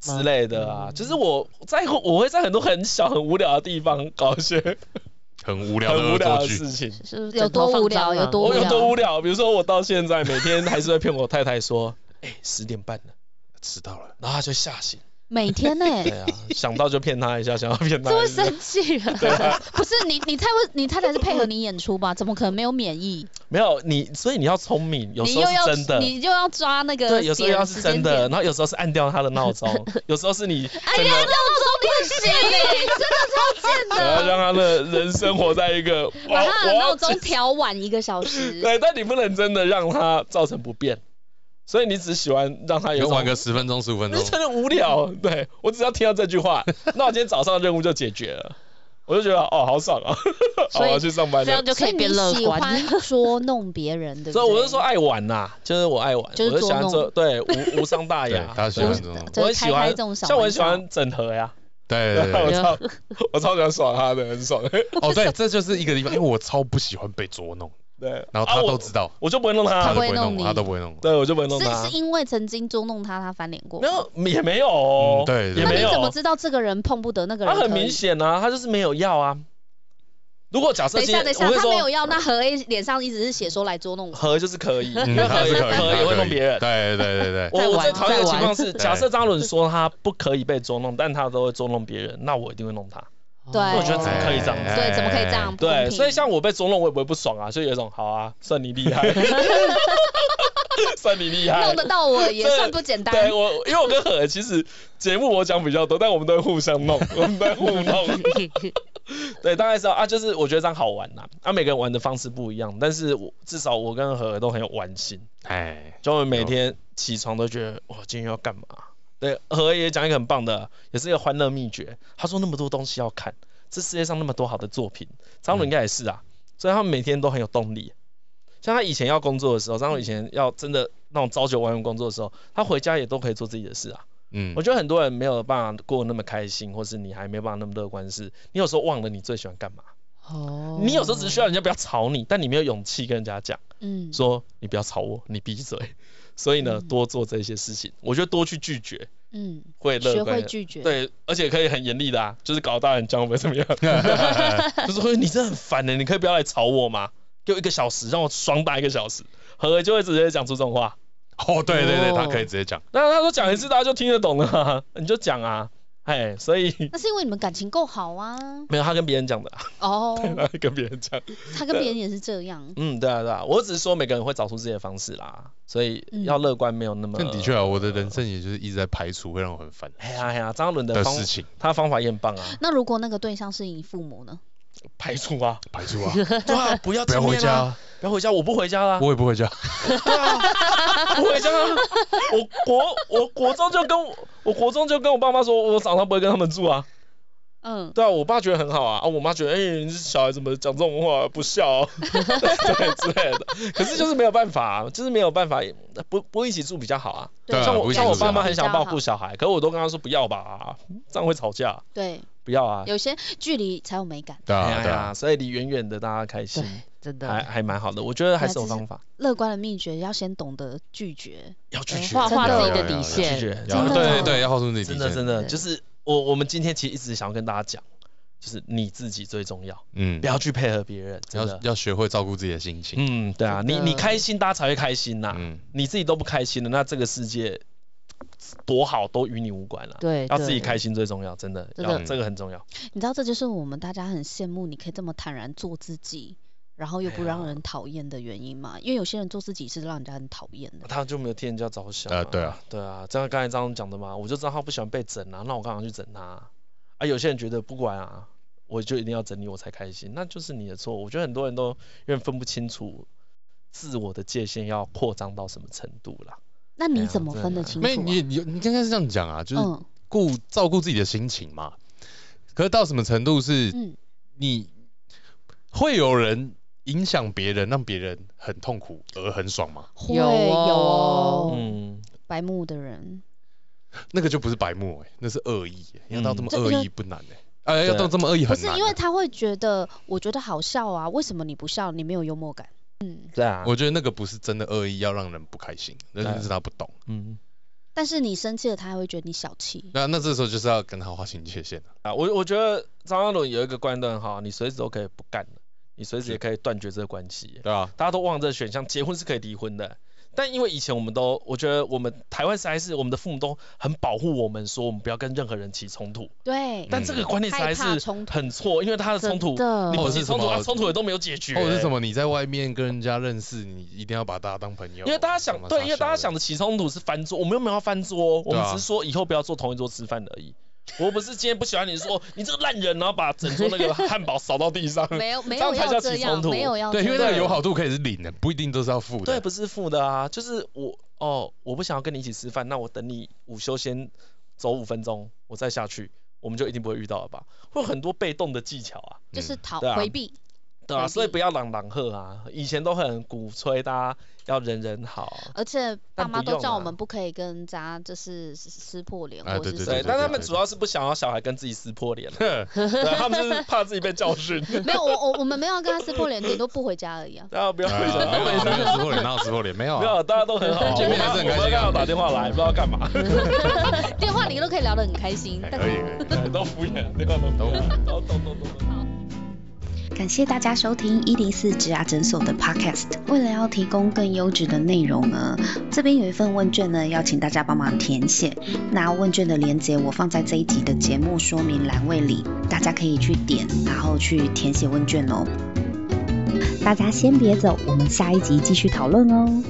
Speaker 2: 之类的
Speaker 4: 嗯
Speaker 2: 啊。就是我在乎我会在很多很小很无聊的地方搞一些
Speaker 3: 很无聊的
Speaker 2: 很无
Speaker 3: 恶
Speaker 2: 聊
Speaker 3: 作
Speaker 2: 的
Speaker 3: 剧。
Speaker 2: 事情。
Speaker 5: 是不是枕
Speaker 4: 有
Speaker 5: 头
Speaker 4: 多
Speaker 5: 放啊
Speaker 4: 无聊
Speaker 5: 蟑
Speaker 4: 有
Speaker 5: 螂
Speaker 4: 多
Speaker 2: 我有
Speaker 4: 无
Speaker 2: 多
Speaker 4: 聊
Speaker 2: 无聊？比如说我到现在每天还是会骗我太太说， 哎、十点半了，
Speaker 3: 迟到了，
Speaker 2: 然后她就吓 醒。
Speaker 4: 每天呢、
Speaker 2: 对啊，想到就骗她一下，想要骗她
Speaker 5: 这
Speaker 2: 一
Speaker 5: 会
Speaker 2: 下。
Speaker 5: 生 气了。
Speaker 2: 啊
Speaker 4: 不是你，你太会，你太太是配合你演出吧？怎么可能没有免疫？
Speaker 2: 没有你，所以你要聪明，有
Speaker 4: 你
Speaker 2: 时
Speaker 4: 又
Speaker 2: 候
Speaker 4: 要
Speaker 2: 是真的。
Speaker 4: 你又要抓那个
Speaker 2: 对，有时候
Speaker 4: 别人
Speaker 2: 要是
Speaker 4: 时间
Speaker 2: 真的，
Speaker 4: 点。
Speaker 2: 然后有时候是按掉他的闹 钟，有时候是你
Speaker 4: 哎
Speaker 2: 真
Speaker 4: 呀，
Speaker 2: 的，
Speaker 4: 闹钟不行，
Speaker 2: 我
Speaker 4: 真的超贱
Speaker 2: 要
Speaker 4: 的。
Speaker 2: 让他的人生活在一 个我
Speaker 4: 把他的
Speaker 2: 我
Speaker 4: 闹
Speaker 2: 要
Speaker 4: 钟调晚一个小 时，
Speaker 2: 对，但你不能真的让他造成不便，所以你只喜欢让他有
Speaker 3: 就
Speaker 2: 种
Speaker 3: 玩个十分钟、
Speaker 4: 哦
Speaker 3: 十五分
Speaker 2: 你哎真
Speaker 3: 钟。
Speaker 2: 的无聊。 对我只要听到这句 话，那我今天早上的任务就解决了，我就觉得哦好爽 啊，好
Speaker 5: 所
Speaker 2: 我
Speaker 5: 以
Speaker 2: 要去上班
Speaker 5: 这样
Speaker 2: 了。
Speaker 5: 就可以变乐观。
Speaker 4: 所以你喜欢捉弄别人，对不对？
Speaker 2: 所以我就说爱哎玩呐、就是我爱玩，
Speaker 4: 就是
Speaker 2: 我就喜欢
Speaker 4: 捉弄
Speaker 2: 做 对无无伤大
Speaker 3: 对
Speaker 2: 雅，，
Speaker 3: 他喜欢这种。
Speaker 4: 就
Speaker 2: 我
Speaker 4: 是
Speaker 2: 很喜
Speaker 4: 开开
Speaker 2: 欢
Speaker 4: 这种，小
Speaker 2: 像我很
Speaker 4: 玩
Speaker 2: 喜
Speaker 4: 笑
Speaker 2: 欢整合呀，
Speaker 3: 对对对
Speaker 2: 我
Speaker 3: 对，
Speaker 2: 超我超喜欢耍他的，很爽。
Speaker 3: 哦对，这就是一个地方，因为我超不喜欢被捉弄，
Speaker 2: 对，
Speaker 3: 然后
Speaker 2: 啊
Speaker 3: 他
Speaker 2: 我
Speaker 3: 都知道，
Speaker 2: 我就不会弄
Speaker 3: 他
Speaker 2: 他啊
Speaker 3: 都不
Speaker 4: 不会
Speaker 3: 会
Speaker 4: 弄
Speaker 3: 弄我，
Speaker 4: 你
Speaker 3: 他都不会弄我。
Speaker 2: 对我就不会弄他
Speaker 4: 是是。因为曾经捉弄他，他翻脸过
Speaker 2: 没。有也没有哦
Speaker 3: 嗯，对对
Speaker 2: 也
Speaker 4: 那
Speaker 2: 没
Speaker 4: 你
Speaker 2: 有
Speaker 4: 怎么，知道这个人碰不得那个人
Speaker 2: 他
Speaker 4: 可以？
Speaker 2: 很明显啊，他就是没有要啊。如果假设
Speaker 4: 等一
Speaker 2: 今天
Speaker 4: 下，等一下，
Speaker 2: 我会
Speaker 4: 他没有
Speaker 2: 说
Speaker 4: 要，那何 A 脸上一直是写说来捉弄我，
Speaker 2: 和就是可以，因
Speaker 3: 嗯，
Speaker 2: 为
Speaker 3: 他
Speaker 2: 和
Speaker 3: 是
Speaker 2: 也
Speaker 3: 可以，
Speaker 2: 和
Speaker 3: 他
Speaker 2: 也会
Speaker 3: 可
Speaker 2: 弄
Speaker 3: 以
Speaker 2: 别人。
Speaker 3: 对对 对对，
Speaker 2: 我我
Speaker 5: 在
Speaker 2: 最讨厌
Speaker 5: 玩
Speaker 2: 的情况
Speaker 5: 在
Speaker 2: 是，
Speaker 3: 玩
Speaker 2: 假设张伦说他不可以被捉弄，但他都会捉弄别人，那我一定会弄他。
Speaker 4: 对
Speaker 2: 我觉得怎么可以这样子
Speaker 3: 哎
Speaker 4: 对，怎么可以这样？不公
Speaker 2: 对，
Speaker 4: 平
Speaker 2: 所以像我被捉弄，我也不会不爽啊，就有一种好啊，算你 厉害，算你厉害
Speaker 4: 弄。得到我也
Speaker 2: 这
Speaker 4: 算不简单。
Speaker 2: 对我，因为我跟何其实节目我讲比较多，但我们都会互相弄， 我们都会互弄。对，大概知道啊，就是我觉得这样好玩啦。啊，每个人玩的方式不一样，但是我至少我跟何都很有玩心，
Speaker 3: 哎，
Speaker 2: 就我们每天起床都觉得哇，今天要干嘛？对，何也讲一个很棒的，也是一个欢乐秘诀。他说那么多东西要看，这世界上那么多好的作品，张伦应该也是啊，所以他们每天都很有动力。像他以前要工作的时候，张伦以前要真的那种朝九晚五工作的时候，他回家也都可以做自己的事啊。
Speaker 3: 嗯
Speaker 2: 我，觉得很多人没有办法过那么开心，或是你还没有办法那么乐观是，你有时候忘了你最喜欢干嘛。
Speaker 5: 哦
Speaker 2: 你有时候只需要人家不要吵你，但你没有勇气跟人家讲，
Speaker 4: 嗯，
Speaker 2: 说你不要吵我，你闭嘴。 所以呢，多做这些事情，我觉得多去拒绝
Speaker 4: 嗯，
Speaker 2: 会
Speaker 4: 学
Speaker 2: 乐观
Speaker 4: 会
Speaker 2: 一点。
Speaker 4: 拒绝。
Speaker 2: 对，而且可以很严厉的啊，就是搞大人讲我们怎 么样，就是哎会你真的很烦欸的，你可以不要来吵我吗？给我一个小时，让我爽打一个小时，何就会直接讲出这种话。
Speaker 3: 哦对对对，
Speaker 5: 哦
Speaker 3: 他可以直接讲，
Speaker 2: 那他说讲一次，大家就听得懂了、啊， 你就讲啊，哎，所以
Speaker 4: 那是因为你们感情够好啊。
Speaker 2: 没有他跟别人讲的啊，
Speaker 4: 哦，
Speaker 2: 他 跟别人讲。
Speaker 4: 他跟别人也是这样。
Speaker 2: 嗯，对啊，对啊，我只是说每个人会找出自己的方式啦，所以
Speaker 4: 嗯
Speaker 2: 要乐观没有那么。
Speaker 3: 但的确啊，我的人生也就是一直在排除会让我很烦
Speaker 2: 哎呀哎呀，张伦的
Speaker 3: 的
Speaker 2: 方
Speaker 3: 事情，
Speaker 2: 他方法也很棒 啊，
Speaker 4: 那如果那个对象是你父母呢？
Speaker 2: 排除啊，
Speaker 3: 排除啊，
Speaker 2: 对啊，不要
Speaker 3: 不
Speaker 2: 见
Speaker 3: 要回
Speaker 2: 面啊，
Speaker 3: 家，
Speaker 2: 不要回家，我不回家啦，
Speaker 3: 我也不回家，
Speaker 2: 对啊不回家啊，我国我国中就跟我我国中就跟我爸妈说，我早上不会跟他们住啊，
Speaker 4: 嗯，
Speaker 2: 对啊，我爸觉得很好啊，啊，我妈觉得，哎、你这小孩怎么讲这种话，不孝、哦， 对之类的，可是就是没有办法、啊，就是没有办法，不不一起住比较好啊。
Speaker 3: 对啊
Speaker 2: 像
Speaker 3: 不
Speaker 2: 我
Speaker 3: 会
Speaker 2: 像我
Speaker 3: 这样
Speaker 2: 爸妈
Speaker 3: 子
Speaker 2: 很想抱护小孩，可我都跟他说不要吧，这样会吵架，
Speaker 4: 对，
Speaker 2: 不要啊。
Speaker 4: 有些距离才有美感。
Speaker 3: 对
Speaker 2: 哎
Speaker 3: 啊
Speaker 2: 呀
Speaker 3: 对
Speaker 2: 呀
Speaker 3: 啊，
Speaker 2: 所以离远远的大家开心
Speaker 5: 对，，真
Speaker 2: 还
Speaker 5: 的
Speaker 2: 还蛮好的。我觉得还是有
Speaker 4: 对啊
Speaker 2: 方法，
Speaker 4: 乐观的秘诀要先懂得拒绝。
Speaker 2: 要拒绝，
Speaker 5: 画画
Speaker 4: 真的
Speaker 5: 自己的哎
Speaker 3: 有有有
Speaker 5: 底
Speaker 2: 拒
Speaker 5: 线，
Speaker 2: 绝，
Speaker 3: 要
Speaker 4: 真的
Speaker 3: 对对，要告诉你
Speaker 2: 真的真
Speaker 3: 的，
Speaker 2: 的
Speaker 5: 对
Speaker 2: 就是我我们今天其实一直想要跟大家讲，就是你自己最重要，
Speaker 3: 嗯
Speaker 2: 不，要去配合别人，真
Speaker 3: 要
Speaker 2: 的。
Speaker 3: 要学会照顾自己的心情，
Speaker 2: 嗯，对啊，
Speaker 5: 真
Speaker 2: 你
Speaker 5: 的
Speaker 2: 你开心，大家才会开心呐、
Speaker 3: 嗯，
Speaker 2: 你自己都不开心的，那这个世界多好都与你无关了、
Speaker 5: 对，
Speaker 2: 要自己
Speaker 5: 对
Speaker 2: 开心最重要，真的，
Speaker 5: 真
Speaker 2: 要
Speaker 5: 的
Speaker 2: 这个很重要。
Speaker 4: 你知道这就是我们大家很羡慕你可以这么坦然做自己，然后又不
Speaker 2: 哎呀
Speaker 4: 让人讨厌的原因嘛。因为有些人做自己是让人家很讨厌的。
Speaker 2: 他就没有替人家着想、
Speaker 3: 呃对啊，
Speaker 2: 对啊，这样刚才张总讲的嘛，我就知道他不喜欢被整啊，那我干嘛去整他啊？啊，有些人觉得不管啊，我就一定要整你我才开心，那就是你的错。我觉得很多人都有点分不清楚自我的界限要扩张到什么程度啦。
Speaker 4: 那
Speaker 2: 哎
Speaker 4: 你
Speaker 2: 呀
Speaker 4: 怎么
Speaker 2: 真
Speaker 4: 分得
Speaker 2: 的
Speaker 4: 清楚、
Speaker 3: 没
Speaker 4: 啊？
Speaker 3: 你你你刚开始这样讲啊，就是
Speaker 4: 嗯
Speaker 3: 顾照顾自己的心情嘛。可是到什么程度是
Speaker 4: 嗯，
Speaker 3: 你会有人影响别人，让别人很痛苦而很爽吗？
Speaker 4: 会
Speaker 5: 有
Speaker 4: 有
Speaker 5: 哦
Speaker 4: 哦
Speaker 2: 嗯，
Speaker 4: 白目的人，
Speaker 3: 那个就不是白目哎、那是恶意、欸，要到这么
Speaker 4: 嗯
Speaker 3: 恶意不难哎、哎、要
Speaker 2: 对
Speaker 3: 到这么恶意
Speaker 4: 不
Speaker 3: 很啊
Speaker 4: 是
Speaker 3: 难、
Speaker 4: 因为他会觉得，我觉得好笑啊，为什么你不笑？你没有幽默感。嗯，
Speaker 2: 对啊，
Speaker 3: 我觉得那个不是真的恶意，要让人不开心，那就是他不懂。
Speaker 2: 嗯
Speaker 4: 但是你生气了，他还会觉得你小气。
Speaker 3: 那那这时候就是要跟他划清界限了。
Speaker 2: 啊，我我觉得张嘉伦有一个观点很好，你随时都可以不干的，你随时也可以断绝这个关系耶。
Speaker 3: 对啊，
Speaker 2: 大家都忘了这个选项，结婚是可以离婚的。但因为以前我们都，我觉得我们台湾实在是我们的父母都很保护我们，说我们不要跟任何人起冲突。
Speaker 3: 嗯
Speaker 4: 对，
Speaker 2: 但这个观念实在
Speaker 4: 害怕
Speaker 2: 是
Speaker 4: 冲突
Speaker 2: 很错，因为他的冲突
Speaker 5: 真，的
Speaker 2: 你
Speaker 3: 或
Speaker 2: 不
Speaker 3: 者
Speaker 2: 起
Speaker 3: 是什
Speaker 2: 冲突，
Speaker 3: 么
Speaker 2: 他冲突也都没有解决、
Speaker 3: 或者哦是什？么？你在外面跟人家认识，你一定要把大家当朋友。
Speaker 2: 因为大家想
Speaker 3: 什么
Speaker 2: 对，
Speaker 3: 啥
Speaker 2: 因为大家
Speaker 3: 小
Speaker 2: 想
Speaker 3: 的
Speaker 2: 的起冲突是翻桌，我们又没有要翻桌哦，我们
Speaker 3: 对啊
Speaker 2: 只是说以后不要坐同一桌吃饭而已。我又不是今天不喜欢你说 你这个烂人，然后把整桌那个汉堡扫到地上，
Speaker 4: 没有没
Speaker 2: 这样
Speaker 4: 有
Speaker 2: 才
Speaker 4: 要
Speaker 2: 叫
Speaker 4: 这
Speaker 2: 起
Speaker 4: 样
Speaker 2: 冲，突。
Speaker 4: 没有要
Speaker 3: 对，
Speaker 4: 这
Speaker 3: 因为那个
Speaker 4: 样
Speaker 3: 友好度可以是零的，不一定都是要负的。
Speaker 2: 对，不是负的啊，就是我哦，我不想要跟你一起吃饭，那我等你午休先走五分钟，我再下去，我们就一定不会遇到了吧？会有很多被动的技巧啊，
Speaker 4: 就是逃
Speaker 2: 对啊
Speaker 4: 回避。
Speaker 2: 对啊，
Speaker 4: 回
Speaker 2: 所以
Speaker 4: 避
Speaker 2: 不要朗朗喝啊，以前都很鼓吹大家要人人好。
Speaker 4: 而且爸
Speaker 2: 但
Speaker 4: 妈
Speaker 2: 不
Speaker 4: 都
Speaker 2: 用
Speaker 4: 叫我
Speaker 2: 啊哎
Speaker 4: 们不可以跟人家就是撕撕破脸
Speaker 3: 啊
Speaker 4: 或者
Speaker 3: 对
Speaker 4: 是
Speaker 3: 对
Speaker 2: 对，
Speaker 4: 什
Speaker 2: 但
Speaker 4: 么
Speaker 2: 他
Speaker 4: 的。
Speaker 2: 们主要是不想要小孩跟自己撕破 脸啊，对，他们就是怕自己被教训，
Speaker 4: 没有，我我我们没有要跟他撕破脸，顶多不回家而已啊。
Speaker 2: 大家不要
Speaker 3: 啊没
Speaker 2: 回
Speaker 3: 有
Speaker 2: 想，
Speaker 3: 没有没有直播脸，哪有直播脸？没有
Speaker 2: 没有，
Speaker 3: 啊，
Speaker 2: 大家都很好。
Speaker 3: 见面还是很开心啊
Speaker 2: 我刚好打电话来，不知道干嘛，
Speaker 4: 电话里都可以聊得很开心，
Speaker 2: 哎
Speaker 4: 但
Speaker 3: 哎可以可以，
Speaker 2: 都敷衍，对吧？都
Speaker 3: 都
Speaker 2: 都都都都。
Speaker 1: 感谢大家收听一零四植牙诊所的 Podcast。为了要提供更优质的内容呢，这边有一份问卷呢，要请大家帮忙填写。那问卷的链接我放在这一集的节目说明栏位里，大家可以去点，然后去填写问卷哦。大家先别走，我们下一集继续讨论哦。